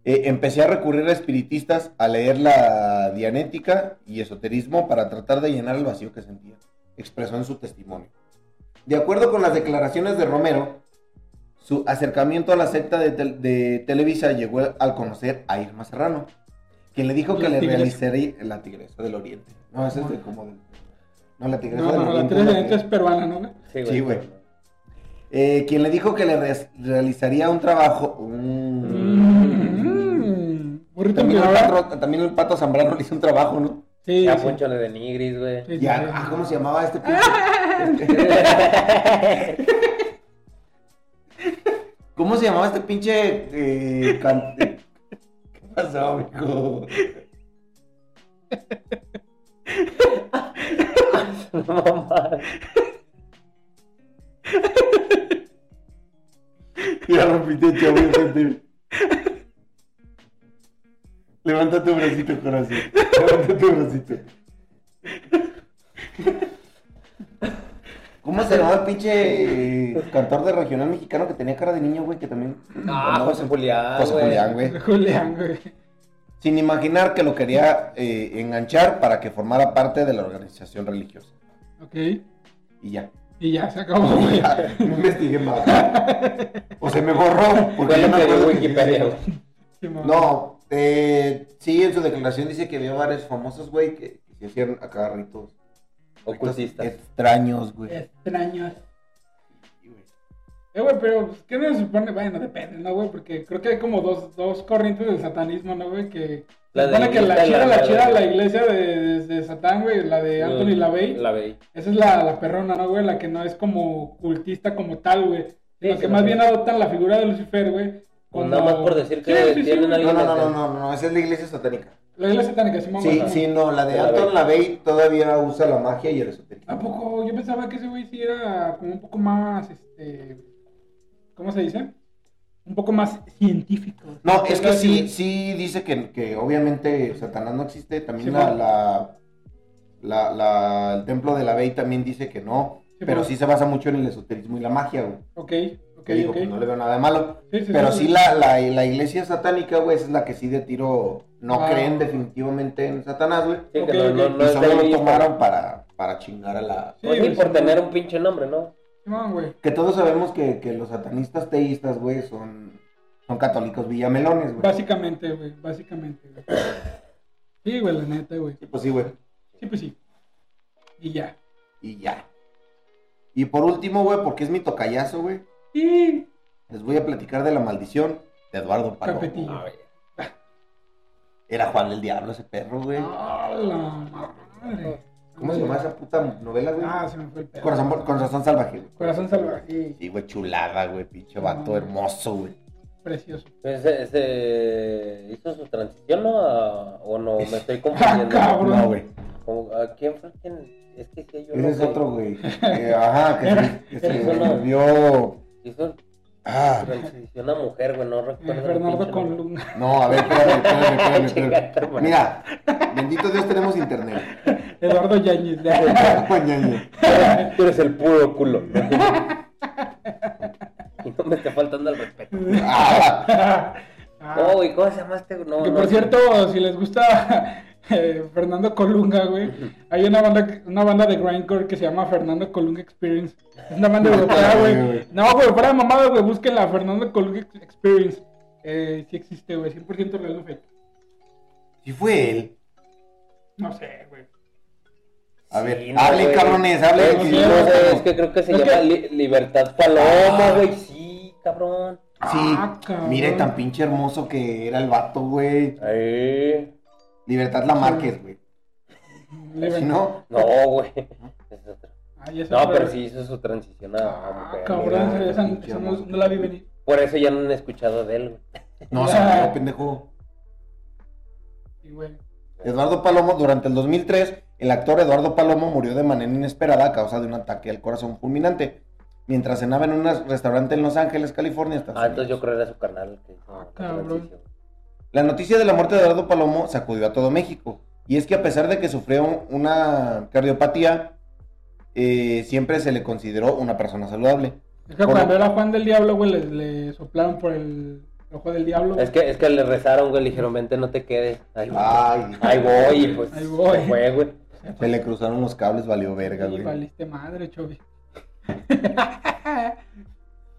S1: Eh, empecé a recurrir a espiritistas, a leer la dianética y esoterismo para tratar de llenar el vacío que sentía, expresó en su testimonio. De acuerdo con las declaraciones de Romero, su acercamiento a la secta de, tel- de Televisa llegó al conocer a Irma Serrano, quien le dijo que
S3: La
S1: le
S3: tigresa.
S1: realizaría la tigresa del oriente. No, esa es de como del- No, la tigresa
S3: No,
S1: del
S3: no, la
S1: oriente.
S3: tres
S1: no,
S3: de dentro es peruana, ¿no? güey?
S1: Sí, güey. Eh, quien le dijo que le re- realizaría un trabajo...
S3: Mm. Burrito en
S1: También el,
S3: Piedad.
S1: pato, también el pato Zambrano le hizo un trabajo, ¿no?
S3: Sí,
S2: Ya
S3: sí.
S2: Poncho le de Nigris, güey.
S3: Sí, sí,
S1: Ya,
S3: sí.
S1: ah, ¿cómo se llamaba este pinche? ¿Cómo se llamaba este pinche eh, can- ¿Qué pasó, amigo?
S2: (laughs) No mames.
S1: Ya rompiste el chavo enfrente. Levanta tu bracito, corazón. Levanta tu bracito. ¿Cómo se llamaba el pinche eh, cantor de regional mexicano que tenía cara de niño, güey? Que también.
S2: Ah, José Julián.
S1: Pues José
S2: güey.
S1: Julián, güey.
S3: (laughs) Julián, güey.
S1: sin imaginar que lo quería eh, enganchar para que formara parte de la organización religiosa.
S3: Ok.
S1: Y ya.
S3: Y ya se acabó, güey.
S1: (laughs) No investigué más. O se me borró.
S2: Fue
S1: yo
S2: lo
S1: me
S2: que
S1: acuerdo
S2: dio
S1: que
S2: Wikipedia,
S1: dice-
S2: güey.
S3: Simón.
S1: No, eh, sí, en su declaración dice que vio varios famosos, güey, que, que hacían acá ritos. ritos
S2: Ocultista.
S1: Extraños, güey.
S3: Extraños. Eh, güey, pero pues, ¿qué se supone? Bueno, depende, ¿no, güey? Porque creo que hay como dos, dos corrientes del satanismo, ¿no, güey? Que
S2: La
S3: se supone
S2: de
S3: que
S2: Iglesia y
S3: la chida,
S2: la-
S3: la chida,
S2: la-
S3: la iglesia de, de- de Satán, güey, la
S1: eh,
S3: de Anthony LaVey,
S2: La Bey.
S3: esa es la, la perrona, ¿no, güey? La que no es como cultista como tal, güey. Sino
S2: sí,
S3: que
S2: la
S3: más
S2: sé.
S3: bien adoptan la figura de Lucifer, güey,
S2: Pues
S3: Como-
S2: nada más por decir que
S3: Sí, sí, sí,
S2: tienen
S3: güey.
S1: No,
S2: alguien
S1: no, no,
S2: acá.
S1: no, no, no, esa es la iglesia satánica.
S3: La iglesia satánica, sí, mamá.
S1: Sí,
S3: ¿no? Ah,
S1: sí, no, la de
S2: La
S1: Anton
S2: Bey.
S1: LaVey todavía usa la magia y el esoterismo.
S3: ¿A poco? Yo pensaba que ese güey sí era como un poco más, este... ¿Cómo se dice? Un poco más científico.
S1: No, es que
S3: Entonces,
S1: sí, sí dice que, que obviamente Satanás no existe, también
S3: Sí,
S1: la,
S3: ¿no?
S1: la, la, la- el templo de la Bey también dice que no,
S3: Sí,
S1: pero
S3: ¿no?
S1: sí se basa mucho en el esoterismo y la magia, güey.
S3: Ok, ok,
S1: Que digo,
S3: ok.
S1: pues, no le veo nada de malo.
S3: Sí, sí,
S1: Pero sí la, la, la iglesia satánica, güey, esa es la que sí de tiro no
S3: Ah.
S1: creen definitivamente en Satanás, güey.
S2: Sí, que
S3: Ok,
S2: no,
S3: ok.
S2: no, no
S1: y
S2: es de
S1: solo
S2: ahí,
S1: lo tomaron para, para chingar a la...
S2: Pues
S3: Sí,
S2: sí,
S3: güey,
S2: por
S3: sí,
S2: tener
S3: güey.
S2: un pinche nombre, ¿no?
S3: Simón, güey.
S1: Que todos sabemos que, que los satanistas teístas, güey, son, son católicos villamelones, güey.
S3: Básicamente, güey, básicamente, güey. Sí, güey, la neta, güey.
S1: Sí, pues sí, güey.
S3: Sí, pues sí. Y ya.
S1: Y ya. Y por último, güey, porque es mi tocayazo, güey,
S3: Y...
S1: les voy a platicar de la maldición de Eduardo Palomo.
S3: Capetillo.
S2: A ver.
S1: Era Juan el Diablo ese perro, güey.
S3: ¡Ah, la madre!
S1: ¿Cómo se llama esa puta novela, güey?
S3: Ah, se me fue el pedo.
S1: Corazón, Corazón salvaje, güey.
S3: Corazón salvaje. Ah.
S1: Sí, güey, chulada, güey, pinche vato hermoso, güey.
S3: Precioso.
S2: Pues, eh, se hizo su transición, ¿no? A- o no, me estoy
S3: ¡Ah,
S2: confundiendo.
S3: cabrón!
S1: No, güey.
S2: Como, ¿A quién fue quien? Es que sí, yo
S1: Ese
S2: no
S1: es
S2: sé.
S1: otro,
S3: (laughs)
S1: güey. Eh, ajá, que se, que se
S2: Eso no.
S1: volvió-
S2: Hizo
S1: Ah,
S2: transición a mujer, güey, no
S3: Eh,
S2: recuerdo. el
S3: Bernardo
S2: pinche
S3: con
S2: nombre.
S3: Luna.
S1: no, a ver, espérame, espérame, espérame, espérame.
S2: (laughs) Chinga tu madre.
S1: Mira, bendito Dios tenemos internet.
S2: (laughs)
S1: Pues,
S3: Eduardo Yañez.
S1: (laughs) Mañana.
S2: Tú eres el puro
S3: (laughs)
S2: culo. Y no me está faltando el respeto.
S1: Ah,
S2: No,
S1: Oh,
S3: Ah,
S2: güey, ¿cómo se llama este? No,
S3: que
S2: no,
S3: por
S2: no.
S3: cierto, si les gusta (laughs) eh, Fernando Colunga, güey, hay una banda, que- una banda de grindcore que se llama Fernando Colunga Experience. Es una banda
S1: No,
S3: europea,
S1: no,
S3: güey.
S1: güey.
S3: No, güey, fuera de mamada, güey, búsquenla, Fernando Colunga Ex- Experience. Eh, sí existe, güey, 100% real no fake.
S1: sí fue él.
S3: No sé, güey.
S1: A ver,
S2: Sí, no,
S1: hablen,
S2: güey.
S1: cabrones, hablen.
S3: No,
S2: Sí,
S1: que
S3: sí,
S1: yo
S2: no,
S1: no
S2: güey,
S1: sé.
S2: es que creo que se
S3: No,
S2: llama
S3: que-
S2: Li- Libertad Paloma, güey. Sí, cabrón.
S1: Sí,
S3: Ah, cabrón.
S1: mire tan pinche hermoso que era el vato, güey.
S2: Ahí.
S1: Libertad la Márquez, güey.
S3: Le
S1: Si
S3: ven-
S1: no,
S2: No, güey. (laughs) Es otro.
S3: Ah, ya sé,
S2: No, pero
S3: güey.
S2: sí hizo su transición a a
S3: Ah,
S2: mujer.
S3: cabrón,
S1: mira,
S3: esa,
S1: pinche
S3: esa no,
S1: hermoso.
S3: no la vi venir.
S2: Por eso ya no han escuchado de él, güey.
S1: no se
S3: (laughs)
S1: murió, pendejo.
S3: Sí, güey.
S1: Eduardo Palomo, durante el 2003, el actor Eduardo Palomo murió de manera inesperada a causa de un ataque al corazón fulminante. Mientras cenaba en un restaurante en Los Ángeles, California. Estados
S2: Ah, entonces yo
S1: Unidos.
S2: creo que era su carnal. el que hizo
S3: Ah,
S2: la
S3: cabrón.
S2: transición.
S1: La noticia de la muerte de Eduardo Palomo sacudió a todo México. Y es que a pesar de que sufrió una cardiopatía, eh, siempre se le consideró una persona saludable.
S3: Es que
S1: Por-
S3: cuando era Juan del Diablo, güey, le, le soplaron por el ojo del diablo.
S2: Es que, es que le rezaron, güey, le dijeron, vente, no te quedes. Ahí voy.
S1: (laughs) Ay,
S2: Ahí voy, y pues
S3: Ahí voy.
S2: se fue, güey.
S1: Se le cruzaron los cables, valió verga,
S3: Y
S1: güey.
S3: valiste madre,
S2: (laughs)
S3: Chovy.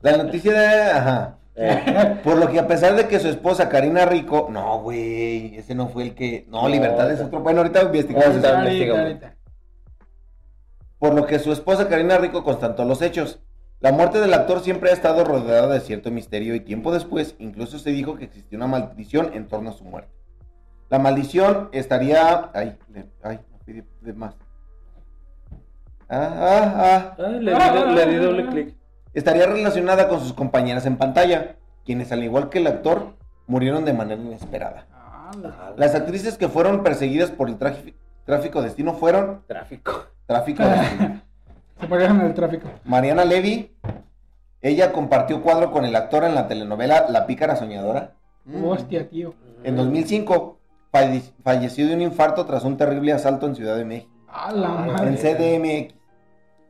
S1: La noticia de... Ajá.
S2: Eh,
S1: Por lo que a pesar de que su esposa Karina Rico... No, güey, ese no fue el que... No,
S2: No,
S1: Libertad es
S2: ese-
S1: otro... Bueno, ahorita investigamos
S2: Ahorita.
S1: eso.
S3: Ahorita,
S2: investigamos.
S3: ahorita.
S1: Por lo que su esposa Karina Rico constató los hechos. La muerte del actor siempre ha estado rodeada de cierto misterio y tiempo después incluso se dijo que existió una maldición en torno a su muerte. La maldición estaría... Ay, le- ay, me fui de, de más. Ah, ah, ah.
S2: ay, le, di, le di doble clic.
S1: estaría relacionada con sus compañeras en pantalla, quienes al igual que el actor murieron de manera inesperada.
S3: Ah, la-
S1: Las actrices que fueron perseguidas por el tráfico, tráfico de destino fueron
S2: Tráfico.
S1: tráfico de destino.
S3: Se murieron en el tráfico.
S1: Mariana Levy, ella compartió cuadro con el actor en la telenovela La pícara soñadora. Mm.
S3: Hostia, tío.
S1: En
S2: Ah,
S1: 2005 falle- falleció de un infarto tras un terrible asalto en Ciudad de México,
S3: Ah, la
S2: Ah,
S3: madre.
S1: en CDMX,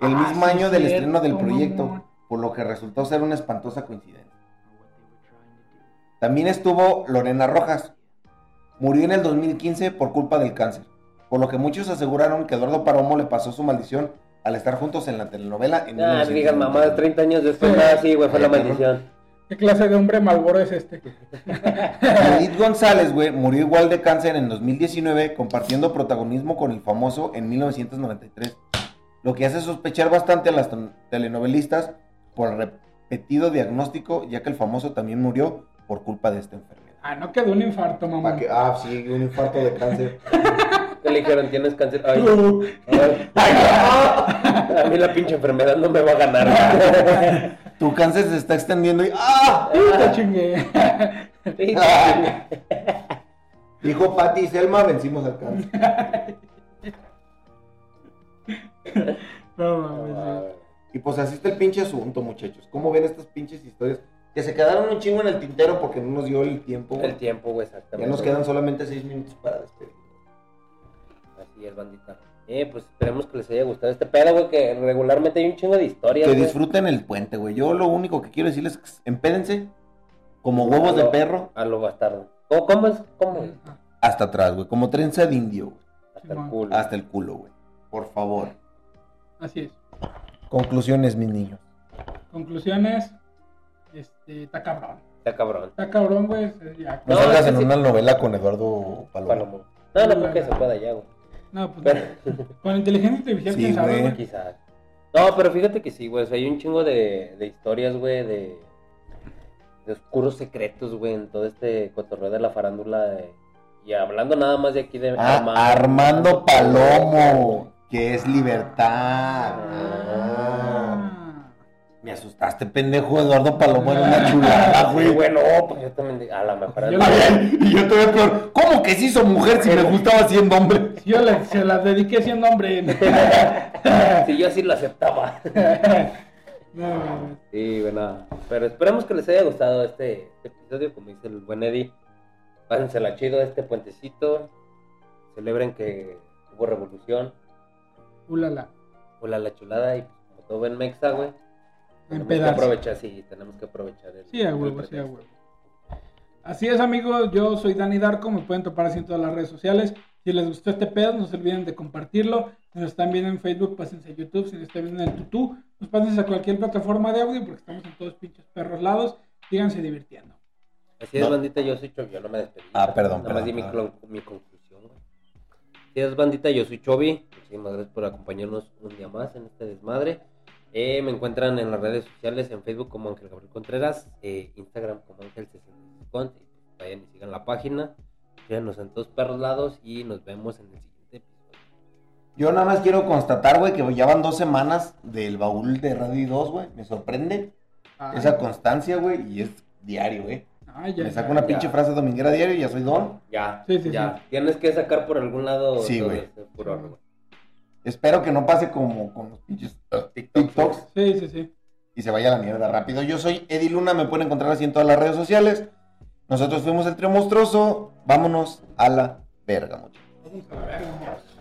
S1: el
S3: Ah,
S1: mismo
S3: sí,
S1: año del
S3: cierto,
S1: estreno del
S3: mamón.
S1: proyecto, por lo que resultó ser una espantosa coincidencia. También estuvo Lorena Rojas. Murió en el 2015 por culpa del cáncer, por lo que muchos aseguraron que Eduardo Palomo le pasó su maldición al estar juntos en la telenovela en
S2: Ah,
S1: 1990.
S2: digas mamá, 30 años después,
S3: Sí.
S2: nada así, güey, fue la
S1: Ay, cabrón.
S2: maldición.
S3: ¿Qué clase de hombre malboro es este?
S1: Edith González, güey, murió igual de cáncer en 2019 compartiendo protagonismo con el famoso en 1993, lo que hace sospechar bastante a las ton- telenovelistas por el repetido diagnóstico, ya que el famoso también murió por culpa de esta enfermedad.
S3: Ah, no quedó un infarto, mamá.
S1: ah, sí, un infarto de cáncer.
S2: Que le dijeron, tienes cáncer. Ay,
S3: Uh,
S1: (laughs)
S2: ay, ay, no. A mí la pinche enfermedad no me va a ganar.
S1: (laughs) Tu cáncer se está extendiendo y. ¡Ah!
S3: Te chingué. (laughs)
S1: Ah. (laughs) Dijo Pati y Selma, vencimos al cáncer.
S3: No mames. güey.
S1: Y pues así está el pinche asunto, muchachos. ¿Cómo ven estas pinches historias? Que se quedaron un chingo en el tintero porque no nos dio el tiempo. güey.
S2: El tiempo, güey,
S1: Ya
S2: exactamente.
S1: nos quedan solamente seis minutos para despedir.
S2: Así es, bandita. Eh, pues esperemos que les haya gustado este pedo, güey, que regularmente hay un chingo de historias.
S1: Que
S2: güey.
S1: disfruten el puente, güey. Yo lo único que quiero decirles es que empédense como huevos de
S2: No.
S1: perro
S2: A lo bastardo. ¿Cómo, cómo es? ¿Cómo? es?
S3: Ah,
S1: hasta atrás, güey. Como trenza de indio, güey.
S2: Hasta el
S3: Simón.
S2: culo.
S1: Hasta el culo, güey. Por favor.
S3: Así es.
S1: Conclusiones, mis niños.
S3: Conclusiones. Este, está cabrón.
S2: Está cabrón.
S3: Está cabrón, güey. es- eh, ya.
S1: No,
S2: No,
S1: salgas
S2: es que
S1: en
S2: sí.
S1: una novela con Eduardo Paloma.
S2: Palomo. No, no creo que se pueda ya, güey.
S3: No, pues
S2: Pero...
S3: con inteligencia artificial,
S1: Sí,
S3: quién sabe,
S1: güey.
S3: güey.
S2: Quizás. No, pero fíjate que sí, güey. o sea, hay un chingo de, de historias, güey, de, de oscuros secretos, güey, en todo este cotorreo de la farándula. de- Y hablando nada más de aquí de
S1: Ah, Armando Palomo. Que es libertad.
S2: Ah.
S1: Ah.
S3: Ah.
S1: Me asustaste, pendejo. Eduardo Palomo era una chulada,
S2: Güey,
S1: güey.
S2: bueno, pues yo también. digo, A lo mejor.
S3: Yo
S1: A ver, Y yo todavía peor. ¿Cómo que se hizo mujer si me gustaba siendo hombre?
S3: Yo le- se las dediqué siendo hombre. (laughs)
S2: Si yo así lo aceptaba.
S3: No, güey.
S2: Sí, bueno. Pero esperemos que les haya gustado este, este episodio, como dice el buen Eddie. Pásensela chido este puentecito. Celebren que hubo revolución.
S3: Ulala.
S2: Hola la chulada y pues, como todo en Mexa, güey.
S1: pues
S2: Tenemos que
S3: Empedarse.
S2: aprovechar, sí, tenemos que aprovechar el.
S3: Sí, a
S2: el
S3: huevo, sí,
S2: pretexto.
S3: a huevo. Así es, amigos. Yo soy Dani Darko. Me pueden topar así en todas las redes sociales. Si les gustó este pedo, no se olviden de compartirlo. Si nos están viendo en Facebook, pásense a YouTube. Si nos están viendo en el Tutú, pues pásense a cualquier plataforma de audio porque estamos en todos pinches perros lados. Síganse divirtiendo.
S2: Así es,
S1: No.
S2: bandita, yo soy Chobi, yo no me despedí.
S1: Ah, perdón,
S2: Nada más
S1: perdón,
S2: di mi,
S1: perdón.
S2: clon- mi conclusión, güey. Así es, bandita, yo soy Chobi. Muchísimas gracias por acompañarnos un día más en este desmadre. Eh, me encuentran en las redes sociales, en Facebook como Ángel Gabriel Contreras, eh, Instagram como Ángel 66 Cont. Y pues Vayan y sigan la página. Síganos en todos perros lados y nos vemos en el siguiente episodio.
S1: Yo nada más quiero constatar, güey, que ya van dos semanas del baúl de Radio 2, güey. Me sorprende
S3: Ah,
S1: esa constancia, güey, y es diario, güey.
S3: ah, ya,
S1: Me
S3: ya.
S1: saco una pinche
S2: ya.
S1: frase dominguera diario y ya soy don.
S2: Ya,
S3: Sí, sí,
S2: ya. Tienes que sacar por algún lado este
S1: Sí,
S2: todo
S1: güey.
S2: ese furor, güey.
S1: Espero que no pase como con los pinches TikToks
S3: Sí, sí, sí.
S1: y se vaya a la mierda rápido. Yo soy Eddie Luna, me pueden encontrar así en todas las redes sociales. Nosotros fuimos el trío monstruoso. Vámonos a la verga, muchachos.
S3: Vamos a ver.